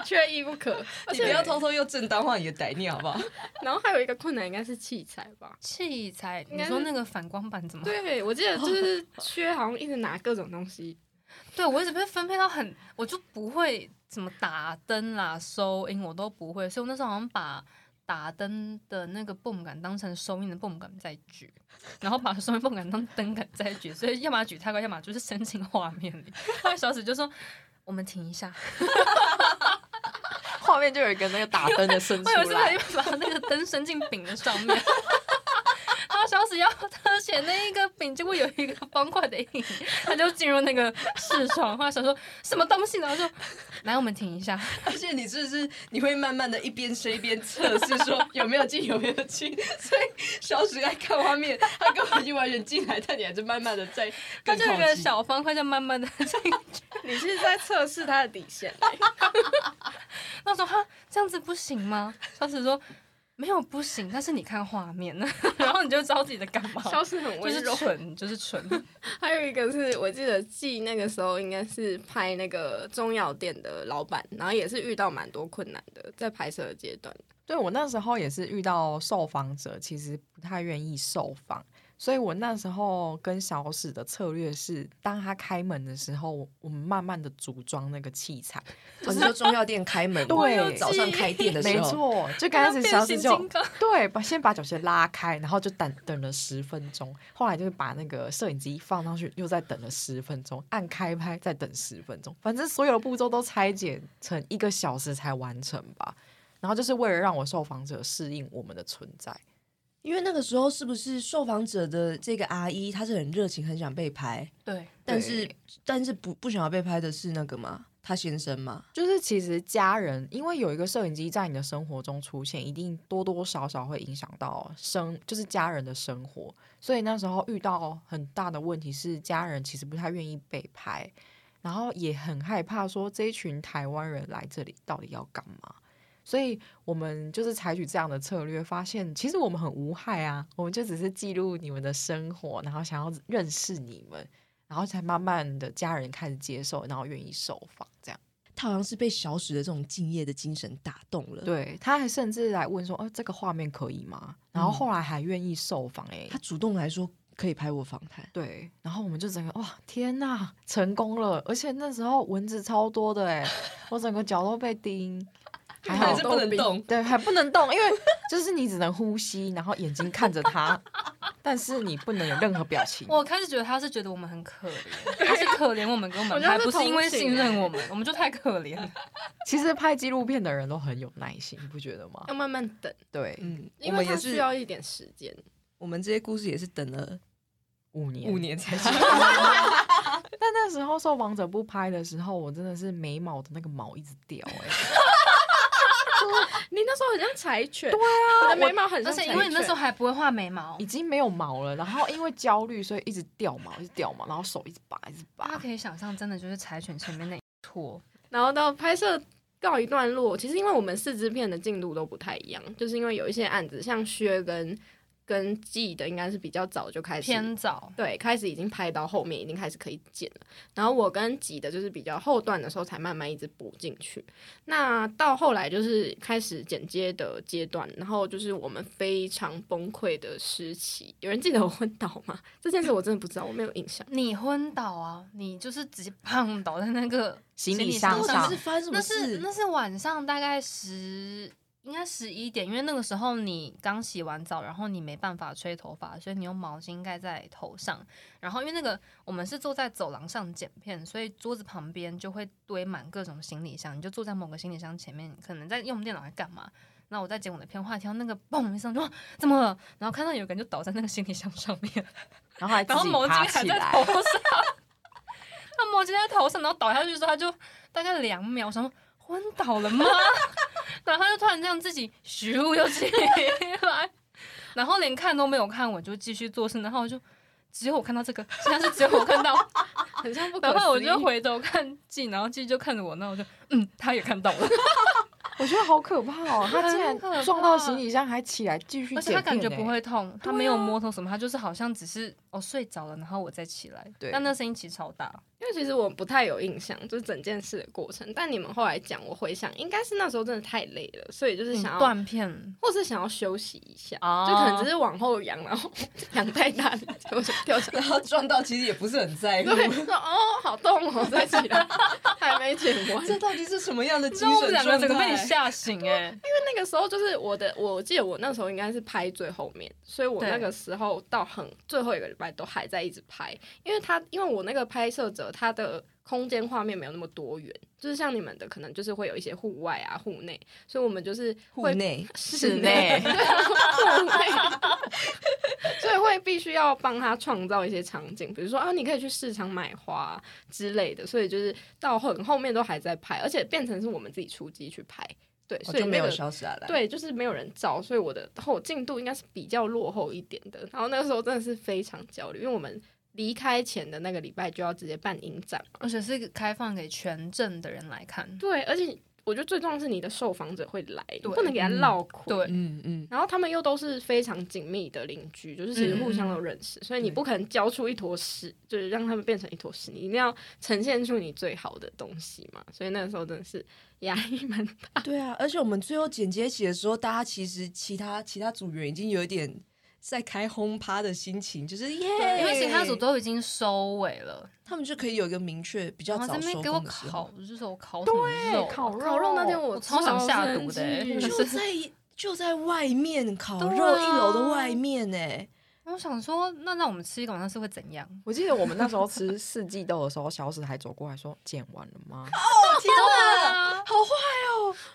S3: 缺一不 可。
S2: 你不要偷偷又正当化你的歹念，好不好？
S3: 然后还有一个困难应该是器材 吧。
S4: 器材，
S3: 应
S4: 你
S3: 该是
S4: 说那个反光板怎么？
S3: 对，我记得就是缺，好像一直拿各种东西。
S4: 对我一直被分配到很，我就不会怎么打灯啦、收音，我都不会，所以我那时候好像把打灯的那个 boom 杆当成收音的 boom 杆在举，然后把收音 boom 杆当灯杆在举，所以要么举太高，要么就是伸进画面里。后来小史就说。我们停一下，
S6: 画面就有一个那个打灯的伸
S4: 我
S6: 出
S4: 有时候还
S6: 来。
S4: 把那个灯伸进饼的上面。然后小当时要他写那一个饼，结果有一个方块的印，他就进入那个市场，后来想说什么东西呢，然后就来我们停一下，
S2: 而且你是不是你会慢慢的一边吃一边测试说有没有进有没有进？所以小史在看画面，他根本就完全进来，但你还是慢慢的在
S4: 他
S2: 更
S4: 就有一
S2: 靠
S4: 个
S2: 近。
S4: 小方块，就慢慢的进
S3: 你是在测试他的底 线。
S4: 那时候哈，这样子不行吗？小史说没有不行，但是你看画面， 然后你就知道自己在干嘛。
S3: 消失很
S4: 就
S3: 温
S4: 是
S3: 柔，
S4: 蠢，就 是蠢。
S3: 还有一个是我记得记那个时候应该是拍那个中药店的老板，然后也是遇到蛮多困难的，在拍摄的阶段。
S1: 对我那时候也是遇到受访者，其实不太愿意受访，所以我那时候跟小史的策略是，当他开门的时候，我我们慢慢的组装那个器材。
S2: 我哦是说中药店开 门，
S1: 对
S2: 早上开店的时
S1: 没
S2: 候，
S1: 错，就刚开始小
S4: 变
S1: 史
S4: 形
S1: 就
S4: 金刚，
S1: 对，把先把脚鞋拉开，然后就等等了十分钟，后来就是把那个摄影机放上去，又再等了十分钟，按开拍再等十分钟，反正所有的步骤都拆解成一个小时才完成吧。然后就是为了让我受访者适应我们的存在。
S2: 因为那个时候是不是受访者的这个阿姨，她是很热情，很想被拍，
S4: 对，
S2: 但是但是不不想要被拍的是那个嘛，她先生嘛，
S1: 就是其实家人，因为有一个摄影机在你的生活中出现，一定多多少少会影响到生，就是家人的生活。所以那时候遇到很大的问题是，家人其实不太愿意被拍，然后也很害怕说这一群台湾人来这里到底要干嘛。所以我们就是采取这样的策略，发现其实我们很无害啊，我们就只是记录你们的生活，然后想要认识你们，然后才慢慢的家人开始接受，然后愿意受访这样。
S2: 她好像是被小史的这种敬业的精神打动了，，
S1: 对，他还甚至来问说：“哦，这个画面可以吗？”然
S2: 嗯
S1: 后后来还愿意受访、欸，哎、
S2: 她主动来说可以拍我访谈，嗯
S1: 对，然后我们就整个哇，天呐，成功了！而且那时候蚊子超多的、欸，哎，我整个脚都被叮，还好
S2: 还是不能动，
S1: 对，还不能动，因为就是你只能呼吸，然后眼睛看着它， 但是你不能有任何表情。
S4: 我开始觉得他是觉得我们很可怜，他是可怜我们给我
S3: 啊我
S4: 们
S3: 觉得
S4: 拍，
S3: 他是
S4: 不是因为
S3: 同情欸
S4: 信任我们，我们就太可怜了。
S1: 其实拍纪录片的人都很有耐心，你不觉得吗？
S3: 要慢慢等，
S1: 对，
S2: 嗯，我
S3: 因为
S2: 们
S3: 它
S2: 也
S3: 需
S2: 是，
S3: 要一点时间。
S2: 我们这些故事也是等了
S1: 五年，
S2: 五年才知道。
S1: 但那时候受访者不拍的时候，我真的是眉毛的那个毛一直掉、欸，
S3: 你那时候很像柴犬，对啊，你的眉毛很
S4: 而
S3: 像柴
S4: 且
S3: 犬。
S4: 因为你那时候还不会画眉毛
S1: 已，经没有毛了，然后因为焦虑，所以一直掉毛，一直掉毛，然后手一直拔，一直
S4: 大家
S1: 拔
S4: 可。以想象，真的就是柴犬前面那一坨。
S3: 然后到拍摄告一段落，其实因为我们四支片的进度都不太一样，就是因为有一些案子，像薛跟跟季的，应该是比较早就开始
S4: 偏早，
S3: 对，开始已经拍到后面，已经开始可以剪了。然后我跟吉的就是比较后段的时候才慢慢一直补进去。那到后来就是开始剪接的阶段，然后就是我们非常崩溃的时期。有人记得我昏倒吗？这件事我真的不知道，我没有印象。
S4: 你昏倒啊，你就是直接 砰倒在那个
S1: 行
S4: 李
S1: 李
S4: 箱
S1: 箱
S2: 到
S1: 上
S2: 底是发生什么
S4: 那是
S2: 事？
S4: 那是晚上大概十，应该十一点，因为那个时候你刚洗完澡，然后你没办法吹头发，所以你用毛巾盖在头上。然后因为那个我们是坐在走廊上剪片，所以桌子旁边就会堆满各种行李箱，你就坐在某个行李箱前面，可能在用电脑在干嘛。那我在剪我的片，话听到那个嘣一声，就哇怎么了？然后看到有个人就倒在那个行李箱上面，
S1: 然后还自
S4: 然后
S1: 己
S4: 毛巾
S1: 爬
S4: 还
S1: 起
S4: 在
S1: 来
S4: 头。上， 他毛巾在头上，然后倒下去的时候，他就大概两秒，我想说昏倒了吗？ 然后他就突然这样自己咻又起来，然后连看都没有看，我就继续做事，然后我就只有我看到这个，现在是只有我看到，
S3: 很像不可思
S4: 然
S3: 议。
S4: 后我就回头看季，然后季就看着我，那我就嗯，他也看到了，
S1: 我觉得好可怕 哦！他竟
S4: 很可怕
S1: 然撞到行李箱还起来继续
S4: 而
S1: 剪
S4: 且
S1: 片、
S4: 他感觉
S1: 欸
S4: 不，会痛，他没有摸头什么，他就是好像只是哦睡着了，然后我再起来，
S1: 对
S4: 但那声音其实超大，
S3: 因为其实我不太有印象，就是整件事的过程。但你们后来讲，我回想，应该是那时候真的太累了，所以就是
S4: 嗯
S3: 想要，
S4: 断片。
S3: 或是想要休息一下，
S4: 哦
S3: 就可能只是往后仰，然后 仰太大力，结果就掉下来
S2: 然。后撞到，其实也不是很在 乎。
S4: 嗯
S3: 对，说哦，好痛哦，再起来，还没剪完。
S2: 这到底是什么样的精
S4: 就我们
S2: 神
S4: 两个
S2: 状
S4: 整个被你
S2: 态？
S4: 吓醒哎、
S3: 那个时候就是我的，我记得我那时候应该是拍最后面，所以我
S4: 对
S3: 那个时候到很最后一个礼拜都还在一直拍，因为他因为我那个拍摄者他的空间画面没有那么多元，就是像你们的可能就是会有一些户外啊、户内，所以我们就是
S2: 户
S3: 会
S2: 内
S3: 室
S6: 内
S3: 对啊，户内， 所以会必须要帮他创造一些场景，比如说啊，你可以去市场买花之类的，所以就是到很后面都还在拍，而且变成是我们自己出击去拍，对，
S2: 我
S3: 所以、那
S2: 哦就没有
S3: 个
S2: 消失
S1: 啊
S2: 下来。，
S3: 对，就是没有人照，所以我的后进度应该是比较落后一点的。然后那个时候真的是非常焦虑，因为我们离开前的那个礼拜就要直接办影展嘛。
S4: 而且是开放给全镇的人来看。
S3: 对，而且我觉得最重要的是你的受访者会来，你
S4: 对
S3: 不能给他
S2: 嗯
S3: 落苦。
S4: 对，
S2: 嗯嗯，
S3: 然后他们又都是非常紧密的邻居，就是其实
S4: 嗯
S3: 互相都认识，所以你不可能交出一坨屎，就是让他们变成一坨屎，你一定要呈现出你最好的东西嘛。所以那个时候真的是压力蛮大。
S2: 对啊，而且我们最后剪接起的时候，大家其实其他其他组员已经有一点在开轰趴的心情，就是耶，
S4: 因为其他组都已经收尾了，
S2: 他们就可以有一个明确比较
S4: 然后
S2: 早
S4: 这
S2: 收
S4: 边给我
S2: 工的时
S4: 烤
S2: 候，，
S4: 就是我烤什么肉啊，
S3: 肉烤肉那天我
S4: 我超想下
S3: 生
S4: 毒的欸
S3: 气
S2: 就在就在外面烤
S4: 对啊
S2: 肉，一楼的外面哎、
S4: 我想说，那让我们吃一个晚上是会怎样？
S1: 我记得我们那时候吃四季豆的时候，小史还走过来说：“剪完了吗
S2: 天哪，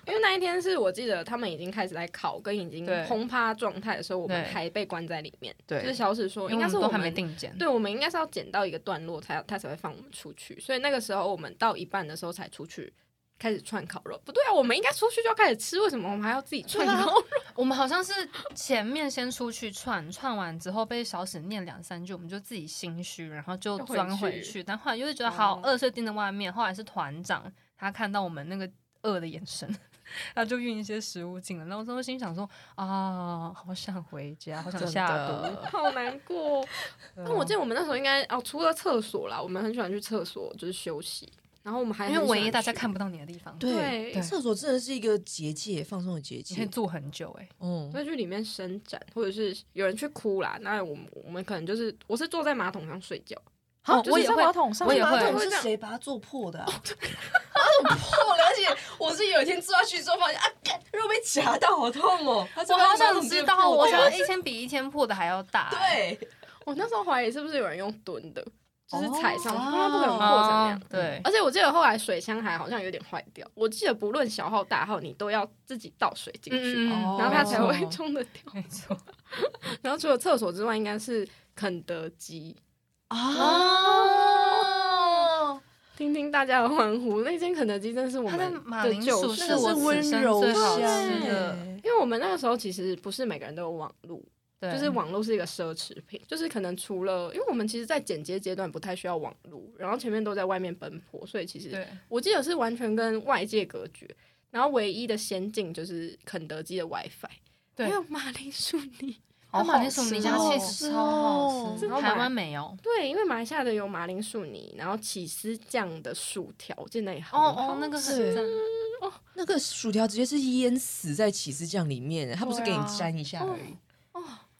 S3: 因为那一天是我记得他们已经开始在烤，跟已经
S4: 对
S3: 轰趴状态的时候，我们
S4: 对
S3: 还被关在里面。
S1: 对
S3: 就是小史说，
S4: 因
S3: 应
S4: 为
S3: 该
S4: 我
S3: 是
S4: 们
S3: 我
S4: 都
S3: 们
S4: 还没定检。
S3: 对，我们应该是要剪到一个段落才他才会放我们出去，所以那个时候我们到一半的时候才出去开始串烤肉。不对啊，我们应该出去就要开始吃，为什么我们还要 自己串
S4: 对啊
S3: 烤肉？
S4: 我们好像是前面先出去串，串完之后被小史念两三句，我们就自己心虚，然后就
S3: 就回
S4: 钻回
S3: 去
S4: 去。但后来就是觉得好
S3: 哦
S4: 饿，是盯着外面。后来是团长他看到我们那个饿的眼神， 他就运一些食物进来。然后我当时心想说啊，好想
S3: 啊
S4: 回家，好？”想
S1: 真
S4: 下
S1: 的
S4: 毒。，
S3: 好难 过。哦
S4: 但
S2: 啊
S3: 但我记得我们那时候应该哦，除了厕所啦，我们很喜欢去厕所就是休息，然后我们还
S4: 因为
S3: 哎很喜
S4: 唯
S3: 欢
S4: 一大家
S3: 去
S4: 看不到你的地方，
S2: 对，
S3: 对
S2: 厕所真的是一个结界，放松的结
S4: 你可以
S2: 界。
S4: 坐很久哎、
S2: 嗯，
S3: 会去里面伸展，或者是有人去哭啦。那我们我们可能就是，我是坐在马桶上睡觉，？”
S1: 好，
S3: 哦
S4: 我也
S1: 就是
S4: 会
S1: 在马桶上，
S4: 我也
S2: 马
S4: 会哦
S2: 桶是谁把它做破 的、啊？马桶破了，而且我是有一天坐下去之后发现啊，干肉被夹到，好痛哦！它是
S3: 啊
S4: 我好想
S2: 马桶直
S4: 知
S2: 接
S4: 道，
S2: 破
S4: 我
S2: 掉
S4: 想一天比一天破的还要大、欸。
S2: 对，
S3: 我那时候怀疑是不是有人用蹲的，就是踩上去，
S2: 哦
S3: 因为它不可能破成那样。
S4: 哦对，
S3: 而且我记得后来水箱还好像有点坏掉，我记得不论小号大号，你都要自己倒水进
S4: 嗯
S3: 去，
S2: 哦
S3: 嗯然后它才
S2: 哦
S3: 会冲得掉。
S4: 没错。
S3: 然后除了厕所之外，应该是肯德基。
S2: 哦，
S3: 听听大家的欢呼，那间肯德基真是我
S4: 它
S3: 们
S4: 的马铃
S3: 救
S4: 薯
S3: 世
S4: 是
S2: 那个
S4: 我
S2: 是温
S4: 此生
S2: 柔
S4: 最好
S2: 乡
S4: 吃的
S2: 欸
S3: 因为我们那个时候其实不是每个人都有网路，
S4: 对，
S3: 就是网络是一个奢侈品，就是可能除了，因为我们其实，在剪接阶段不太需要网络，然后前面都在外面奔波，所以其实
S4: 对，
S3: 我记得是完全跟外界隔绝。然后唯一的先进就是肯德基的 WiFi，
S4: 对
S3: 还有马铃薯泥。
S4: 它马铃薯泥加
S2: 好好
S4: cheese
S2: 吃
S4: 超好
S2: 哦
S4: 吃，
S3: 真的
S4: 台
S3: 吗
S4: 湾没有。
S3: 对，因为马来西亚的有马铃薯泥，然后起司酱的薯条，我记得那也很
S4: 哦
S3: 好
S4: 哦，那个很
S2: 吃
S4: 赞，
S2: 那个薯条直接是淹死在起司酱里面，它不是给你
S4: 对啊
S2: 沾一下而已。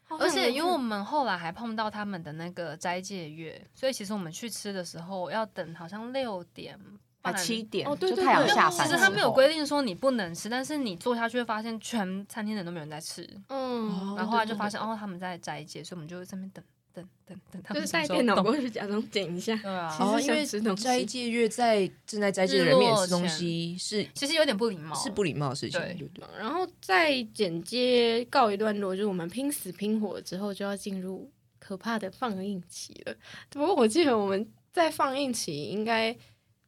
S3: 好
S4: 而
S3: 想回
S4: 且
S3: 去
S4: 因为我们后来还碰到他们的那个斋戒月，所以其实我们去吃的时候要等好像六点
S1: 啊
S4: 半，
S1: 七点，
S3: 哦对
S1: 就
S3: 对
S1: 太阳
S3: 对
S1: 下
S4: 其
S1: 山。
S4: 实他没有规，定说你不能吃，但是你坐下去会发现全餐厅的人都没有人在吃，
S3: 嗯，
S2: 哦
S4: 然后后来就发
S2: 对
S4: 现哦他们在斋戒，所以我们就在那边等等等等他
S3: 就
S4: 们
S3: 是带
S4: 什么时候
S3: 电脑
S4: 动
S3: 过去假装剪一 下，
S4: 对啊，
S3: 其实
S2: 哦，因
S3: 想
S2: 为
S3: 吃东西
S2: 斋戒月在正在斋戒的
S4: 日
S2: 人
S4: 落
S2: 面前吃东
S4: 前
S2: 西是
S4: 其实有点不礼貌，
S2: 是不礼貌的事情，
S4: 对
S2: 对不对？
S3: 然后在剪接告一段落，就是我们拼死拼活之后，就要进入可怕的放映期了。不过我记得我们在放映期应该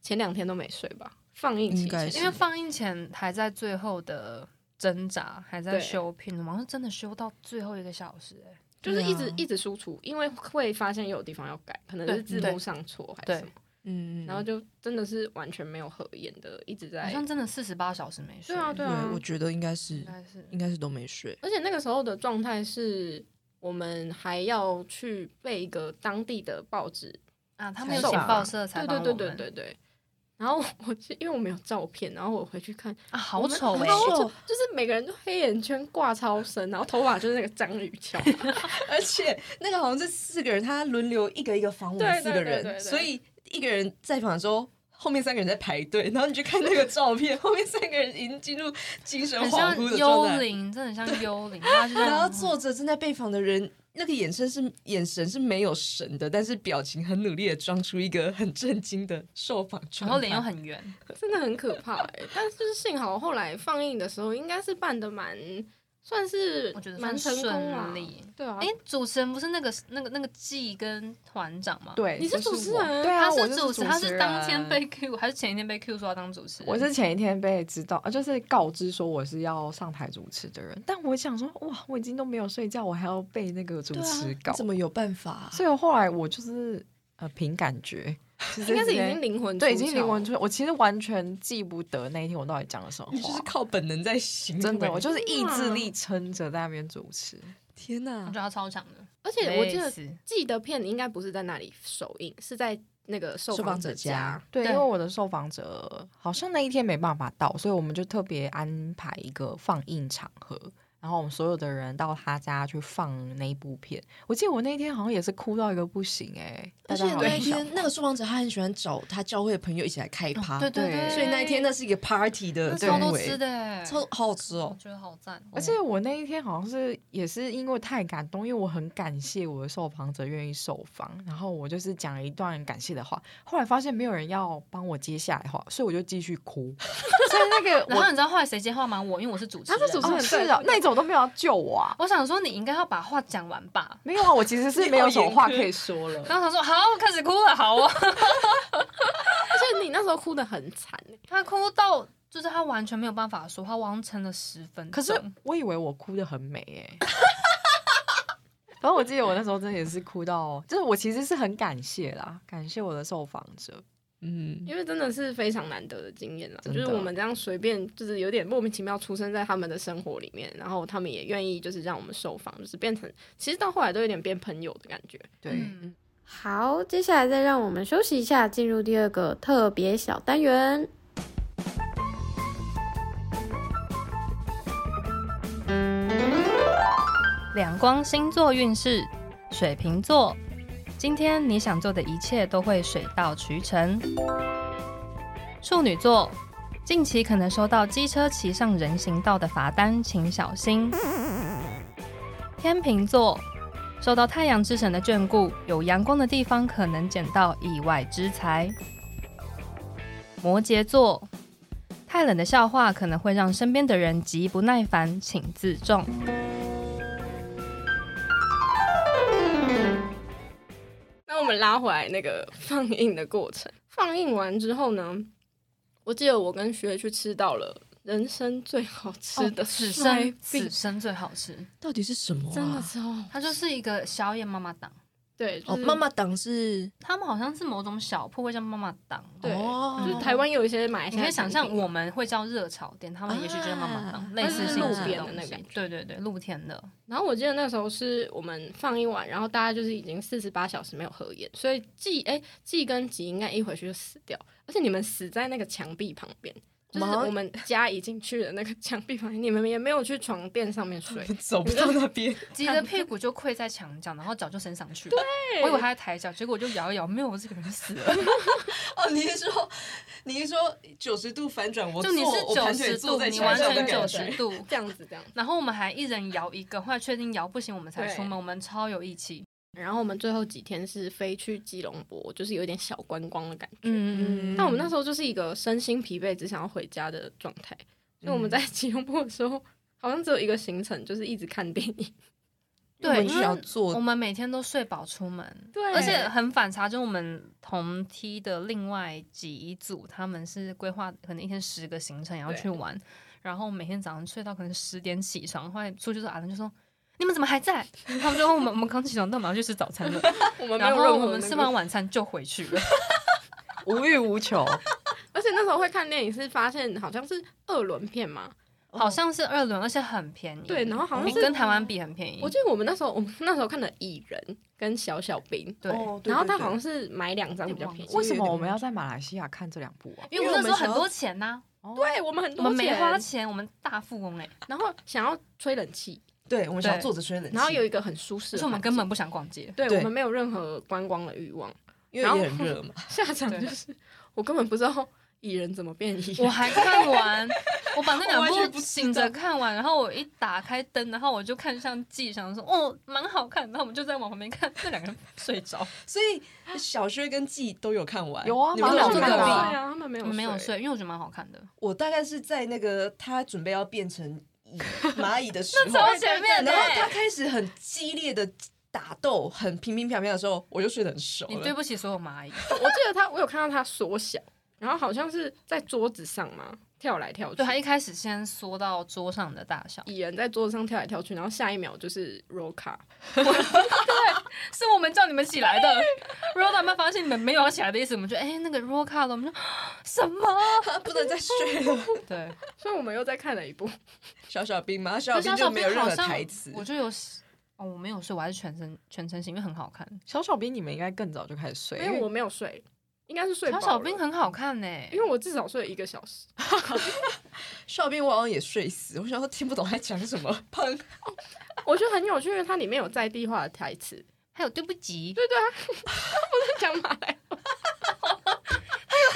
S3: 前两天都没睡吧？放映期
S2: 应该
S3: 前
S2: 是
S4: 因为放映前还在最后的挣扎，还在
S3: 对
S4: 修片，我们好像真的修到最后一个小时、欸，
S3: 就是一直、
S2: 对啊
S3: 一直输出，因为会发现有地方要改，可能是字
S4: 对
S3: 幕上错还是什么，
S2: 嗯，
S3: 然后就真的是完全没有合眼的，一直
S4: 好
S3: 在。
S4: 像真的四十八小时没睡。
S3: 对啊，
S4: 对，
S3: 对啊
S2: 嗯对，我，觉得应该是
S4: 应该是
S2: 应该是都没睡。
S3: 而且那个时候的状态是。我们还要去被一个当地的报纸
S4: 啊，他们有
S3: 采
S4: 请
S3: 访
S4: 报社采
S3: 对
S4: 访
S3: 对
S4: 我
S3: 对
S4: 们，
S3: 对对对。然后我 去，因为我没有照片，然后我回去看，
S4: 啊，好
S3: 我们
S4: 丑哎、
S3: 好丑，就是每个人都黑眼圈挂超深，然后头发就是那个张雨桥，
S2: 而且那个好像是四个人，他轮流一个一个访我们
S3: 对
S2: 四个
S3: 对对对
S2: 人，
S3: 对
S2: 所以一个人在访的时候，后面三个人在排队，然后你去看那个照片， 后面三个人已经进入精神
S4: 很
S2: 恍
S4: 像
S2: 惚的状
S4: 幽
S2: 态。啊
S4: 灵，真的很像幽灵。大家就这样
S2: 然后作者正在被访的人那个眼神是眼神是没有神的，但是表情很努力的装出一个很震惊的受访状态，
S4: 然后脸又很圆，
S3: 真的很可怕哎、但是幸好后来放映的时候，应该是办的蛮算是
S4: 我觉得
S3: 蛮
S4: 算
S3: 成功啦
S4: 顺。利。
S3: 对啊，
S4: 哎、主持人不是那个那个那个季跟团长吗？，
S1: 对，
S3: 你是
S1: 就
S3: 主
S1: 我
S3: 持人
S1: 对啊，
S4: 他
S1: 我就
S4: 是主
S1: 主
S4: 持，他是当天
S1: 人
S4: 被 Q 还是前一天被 Q 说要当主持人？
S1: 我是前一天被知道，呃就是告知说我是要上台主持的人，但我想说，哇，我已经都没有睡觉，我还要背那个主持稿，
S2: 啊怎么有办法、啊？
S1: 所以我后来我就是呃凭感觉，就是
S3: 应该是已
S1: 直接
S3: 经灵魂
S1: 对已
S3: 出
S1: 经灵
S3: 窍
S1: 魂
S3: 了
S1: 出窍，我其实完全记不得那一天我到底讲了什么
S2: 你就是
S1: 话。
S2: 靠本能在行为，
S1: 真的，我就是意志
S3: 啊
S1: 力撑着在那边主持。
S2: 天
S4: 我
S2: 哪
S4: 觉！得他超强的，
S3: 而且我记
S4: 累
S3: 得
S4: 死
S3: 记得片应该不是在那里首映，是在那个受
S2: 受访
S3: 访
S2: 者
S3: 者
S2: 家
S3: 家。
S1: 对，因
S4: 对
S1: 为我的受访者好像那一天没办法到，所以我们就特别安排一个放映场合，然后我们所有的人到他家去放那一部片。我记得我那一天好像也是哭到一个不行哎、大
S2: 而
S1: 家
S2: 且
S1: 好
S2: 那一
S1: 像想
S2: 天，那个受访者他很喜欢找他教会的朋友一起来开趴，
S4: 对对
S1: 对
S4: 对，
S2: 所以那一天那是一个 party 的
S4: 那
S2: 氛
S4: 超多
S2: 围
S4: 吃，的欸，
S2: 超好好吃
S4: 我
S2: 哦。
S4: 觉得好赞。
S1: 而且我那一天好像是也是因为太感动，因为我很感谢我的受访者愿意受访，然后我就是讲了一段感谢的话，后来发现没有人要帮我接下来话，所以我就继续哭。所以那个
S4: 然
S1: 我
S4: 后你知道后来谁接话吗？我，因为我是主持人，
S3: 他是主持
S1: 哦
S3: 人
S1: 是哦，那一种都没有要救我啊。
S4: 我想说你应该要把话讲完吧。
S1: 没有啊，我其实是没有什么话可以说了。
S4: 然后他说好，开始哭了，好啊，
S3: 而且你那时候哭得很惨欸、
S4: 他哭到就是他完全没有办法说话，我好像撑了十分钟。
S1: 可是我以为我哭的很美哎、反正我记得我那时候真的也是哭到，就是我其实是很感谢啦，感谢我的受访者。
S2: 嗯，
S3: 因为真的是非常难得的经验啦。就
S1: 的
S3: 是我们这样随便，就是有点莫名其妙出生在他们的生活里面，然后他们也愿意就是让我们受访，就是变成其实到后来都有点变朋友的感觉。
S1: 对，
S4: 嗯，
S3: 好，接下来再让我们休息一下，进入第二个特别小单元。
S4: 两光星座运势，水瓶座，今天你想做的一切都会水到渠成。处女座，近期可能收到机车骑上人行道的罚单，请小心。天秤座，受到太阳之神的眷顾，有阳光的地方可能捡到意外之财。摩羯座，太冷的笑话可能会让身边的人极不耐烦，请自重。
S3: 那我们拉回来那个 放映的过程，放映完之后呢，我记得我跟学去吃到了人生最好吃的
S4: 此
S3: 衰
S4: 生
S3: 饼
S4: 此生最好吃，
S2: 到底是什么、啊？
S3: 真的超好
S4: 它就是一个宵夜妈妈档，
S3: 对，就
S2: 哦，
S3: 是
S2: 妈妈档是
S4: 他们好像是某种小铺会叫妈妈档，
S3: 对，
S2: 哦
S3: 就是台湾有一些马来西
S4: 你
S3: 亚
S4: 可
S3: 产
S4: 以
S3: 品，
S4: 想象我们会叫热炒店，他们也许就是妈妈
S2: 啊
S4: 档，类似
S3: 它是
S4: 性
S3: 路
S4: 质
S3: 边的
S4: 东
S3: 那
S4: 西
S3: 感觉
S4: 对对对，露天的，
S3: 然后我记得那时候是我们放映完，然后大家就是已经四十八小时没有合眼，所以季哎季跟吉应该一回去就死掉，而且你们死在那个墙壁旁边，就是
S2: 妈
S3: 我们家已经去了那个墙壁旁边，你们也没有去床垫上面睡，
S2: 走不到那边，
S4: 急得屁股就跪在墙角，然后脚就伸上去。对，我以为他在抬脚，结果我就摇一摇，没有，我这个人死了。
S2: 哦，你是说你是说九十度反转？我
S4: 就你
S2: 坐
S4: 是
S2: 我
S4: 九
S2: 盘腿
S4: 十
S2: 坐
S4: 度，
S2: 在
S4: 你
S2: 墙
S4: 完
S2: 上的
S4: 全九
S2: 感
S4: 十
S2: 觉，
S4: 度，
S3: 这样子这样子。
S4: 然后我们还一人摇一个，后来确定摇不行，我们才
S3: 对
S4: 出门，我们超有义气。
S3: 然后我们最后几天是飞去基隆博，就是有点小观光的感觉。
S4: 嗯
S3: 但我们那时候就是一个身心疲惫，只想要回家的状态，所以
S4: 嗯
S3: 我们在吉隆坡的时候，好像只有一个行程，就是一直看电影。
S4: 对，
S2: 我
S4: 因
S2: 需
S4: 为
S2: 要
S4: 我
S2: 做
S4: 们每天都睡饱出门，
S3: 对
S4: 而且很反差，就是我们同梯的另外几组，他们是规划可能一天十个行程，然后去玩，然后每天早上睡到可能十点起床，后来出去之后，阿伦就说。你们怎么还在？ 他们就问我们，我们刚起床，但我们要去吃早餐了。
S3: 我们没有
S4: 然
S3: 任何
S4: 后我们
S3: 那个
S4: 吃完晚餐就回去 了。
S1: 无欲无求，
S3: 而且那时候会看电影是发现好像是二轮片嘛，
S4: 好像是二轮，而且很便宜。
S3: 哦对然后好像
S4: 比
S3: 是
S4: 跟台湾比很便宜。
S3: 我记得我们那时候我们那时候看的《蚁人》跟《小小兵》，
S4: 对，哎
S2: 哦对
S3: 然后
S2: 对
S3: 他
S2: 对
S3: 好像是买两张比较便宜。
S1: 为什么我们要在马来西亚看这两部啊？
S4: 因为我们那时候很多钱呐、
S3: 对我们很
S4: 我
S3: 多
S4: 们没花
S3: 钱，
S4: 钱，我们大富翁哎、
S3: 然后想要吹冷气，
S2: 对，我们想要
S4: 对
S2: 坐着吹冷气，
S3: 然后有一个很舒适的环
S4: 可
S3: 境，
S4: 是我们根本不想逛街。
S3: 对
S2: 对
S3: 我们没有任何观光的欲望。
S2: 因为也很热嘛，
S3: 下场
S4: 对
S3: 就是我根本不知道。蚁人怎么变 蚁
S4: 我
S3: 人？
S4: 还看 完，我把那
S3: 我完
S4: 两
S3: 全
S4: 部
S3: 不知
S4: 醒
S3: 道
S4: 着看完，然后我一打开灯，然后我就看向季，想说哦，蛮好看，然后我们就在往旁边看，这两个人睡着，
S2: 所以小薛跟季都有看完，
S1: 有啊
S2: 你们都
S1: 蛮
S2: 有
S1: 好
S2: 看
S1: 看的
S3: 对
S2: 完
S1: 啊
S3: 啊，他们没
S4: 我
S3: 有
S4: 们没有睡，因为我觉得蛮好看的。
S2: 我大概是在那个他准备要变成 蚁蚂蚁的时候，
S4: 超前面的
S2: 然后他开始很激烈的打斗，很平平飘飘的时候，我就睡得很熟
S4: 你对
S2: 了。
S4: 不起所有蚂蚁，
S3: 我记得他，我有看到他缩小，然后好像是在桌子上嘛，跳来跳去。
S4: 对他一开始先缩到桌上的大小，
S3: 蚁人在桌子上跳来跳去，然后下一秒就是 Roca，
S4: 是我们叫你们起来 的。如果他们发现你们没有要起来的意思，我们就哎、那个 roca 了，我们就 什么？
S2: 他不能再睡了，
S4: 对，
S3: 所以我们又再看了一部。
S2: 小小兵吗？小兵
S4: 小
S2: 就
S4: 小
S2: 没有
S4: 兵
S2: 任
S4: 好
S2: 何
S4: 像
S2: 台词，
S4: 我就有哦，我没有睡，我还是全身全身醒，因为很好看。
S1: 小小兵，你们应该更早就开始睡，
S3: 因为我没有睡，应该是睡饱
S4: 小
S3: 了。
S4: 小兵很好看呢、
S3: 因为我至少睡了一个小时。
S2: 小兵我好像也睡死，我想说听不懂他讲什么，砰！
S3: 我觉得很有趣，因为它里面有在地化的台词。
S4: 还有对不起，
S3: 对对啊，我在讲马来，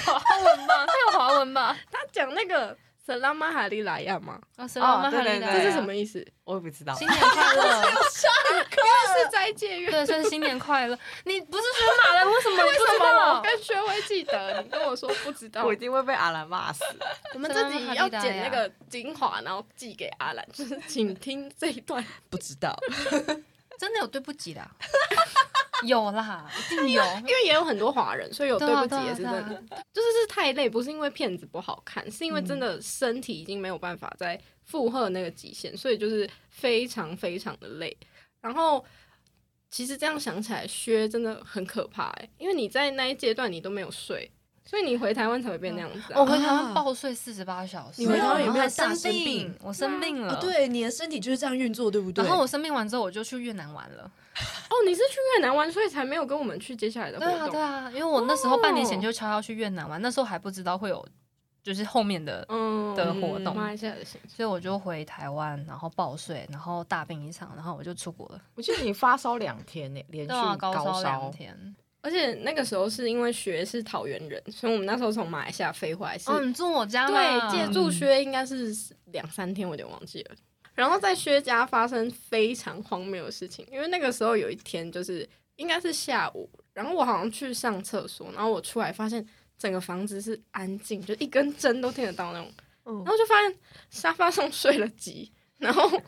S4: 华文吧，他有华文吧？
S3: 他讲那个 Selama Hari Raya 嘛，
S4: 啊，神龙马哈
S1: 对对
S4: 利
S1: 对
S3: 这是什？么意思？
S1: 我也不知道。
S4: 新年快 乐！
S3: 是斋戒月。
S4: 对，算是新年快乐。你不是学马来，为什么你
S3: 为
S4: 不
S3: 什
S4: 知
S3: 么我
S4: 道？
S3: 跟薛威记得？你跟我说不知道
S1: 我一。定会被阿兰骂死。
S3: 我们自己要剪那个精华，然后寄给阿兰，就是请听这一段。
S2: 不知道，
S4: 真的有对不起的啊，有啦，一定有。
S3: 因 为也有很多华人，所以有对
S4: 对啊
S3: 不起也是
S4: 对
S3: 真
S4: 啊
S3: 的。就是是太累，不是因为片子不好看，是因为真的身体已经没有办法再负荷那个极限，所以就是非常非常的累。然后其实这样想起来，薛真的很可怕哎、因为你在那一阶段你都没有睡，所以你回台湾才会变那样子、啊。
S4: 我回台湾暴睡四十八小时，
S3: 你回台湾有
S4: 然
S3: 没
S4: 后
S3: 有
S4: 还
S2: 大
S4: 生
S2: 生病
S4: 病？我生病了，
S2: 哦，。对，你的身体就是这样运作，对不对？
S4: 然后我生病完之后，我就去越南玩了。
S3: 哦，你是去越南玩，所以才没有跟我们去接下来的活
S4: 对啊，
S3: 动。
S4: 对啊，因为我那时候半年前就悄悄去越南玩，那时候还不知道会有就是后面的，
S3: 嗯
S4: 的活
S3: 嗯
S4: 动
S3: 马来西亚的行程，
S4: 所以我就回台湾，然后暴睡，然后大病一场，然后我就出国了，
S1: 我记得你发烧两天呢，连续
S4: 对啊，高烧
S1: 烧
S4: 两天。
S3: 而且那个时候是因为薛是桃园人，所以我们那时候从马来西亚飞回来是
S4: 哦，你住我家啦
S3: 对，借住薛应该是两三天，我有点忘记了。然后在薛家发生非常荒谬的事情，因为那个时候有一天就是应该是下午，然后我好像去上厕所，然后我出来发现整个房子是安静，就一根针都听得到那种，然后就发现沙发上睡了吉，然后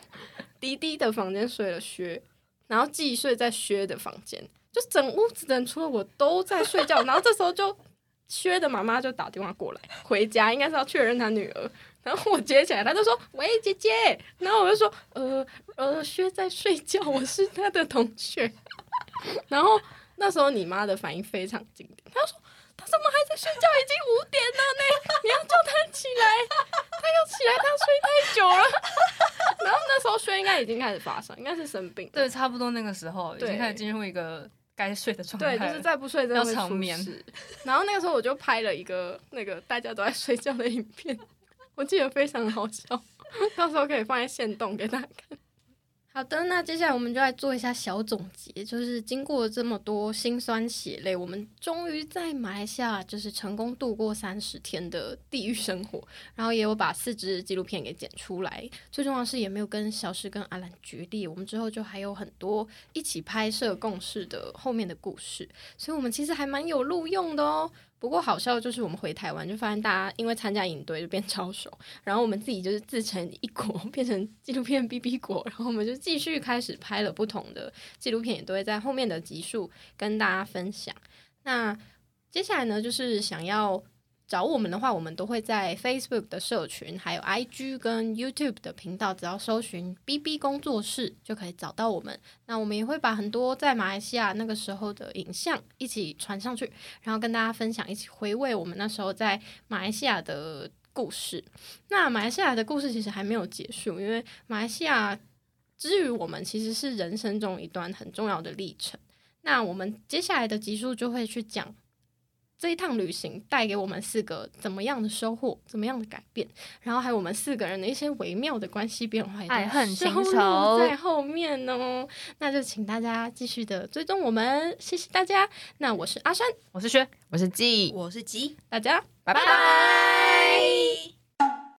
S3: 迪迪的房间睡了薛，然后继睡在薛的房间，就整屋子的人除了我都在睡觉，然后这时候就薛的妈妈就打电话过来，回家应该是要确认她女儿。然后我接起来，她就说：“喂，姐姐。”然后我就说：“呃呃，薛在睡觉，我是她的同学。” 然后那时候你妈的反应非常经典，她说：“她怎么还在睡觉？已经五点了呢，你要叫她起来，她要起来，她睡太久了。” 然后那时候薛应该已经开始发烧，应该是生病了，
S4: 对，差不多那个时候已
S3: 对
S4: 经开始进入一个该睡的状态
S3: 对，
S4: 了，
S3: 就是再不睡真的
S4: 要
S3: 会
S4: 长
S3: 出
S4: 眠
S3: 事。然后那个时候我就拍了一个那个大家都在睡觉的影片， 我记得非常好笑，到时候可以放在线动给大家看。好的，那接下来我们就来做一下小总结，就是经过这么多辛酸血泪，我们终于在马来西亚就是成功度过三十天的地狱生活，然后也有把四支纪录片给剪出来，最重要的是也没有跟小诗跟阿兰决裂，我们之后就还有很多一起拍摄共事的后面的故事，所以我们其实还蛮有录用的哦。不过好笑的就是我们回台湾就发现大家因为参加影队就变超熟，然后我们自己就是自成一国， 变成纪录片 B B 国，然后我们就继续开始拍了不同的纪录片，也都会在后面的集数跟大家分享。那接下来呢，就是想要找我们的话，我们都会在 Facebook 的社群，还有 IG 跟 YouTube 的频道，只要搜寻 “BB 工作室”就可以找到我们。那我们也会把很多在马来西亚那个时候的影像一起传上去，然后跟大家分享，一起回味我们那时候在马来西亚的故事。那马来西亚的故事其实还没有结束，因为马来西亚之于我们其实是人生中一段很重要的历程。那我们接下来的集数就会去讲这一趟旅行带给我们四个怎么样的收获，怎么样的改变，然后还有我们四个人的一些微妙的关系变化，
S4: 爱恨情
S3: 收录
S4: 仇
S3: 在后面哦。那就请大家继续的追踪我们，谢谢大家。那我是阿山，
S4: 我是薛，
S1: 我是季，
S8: 我是吉。
S3: 大家
S1: 拜拜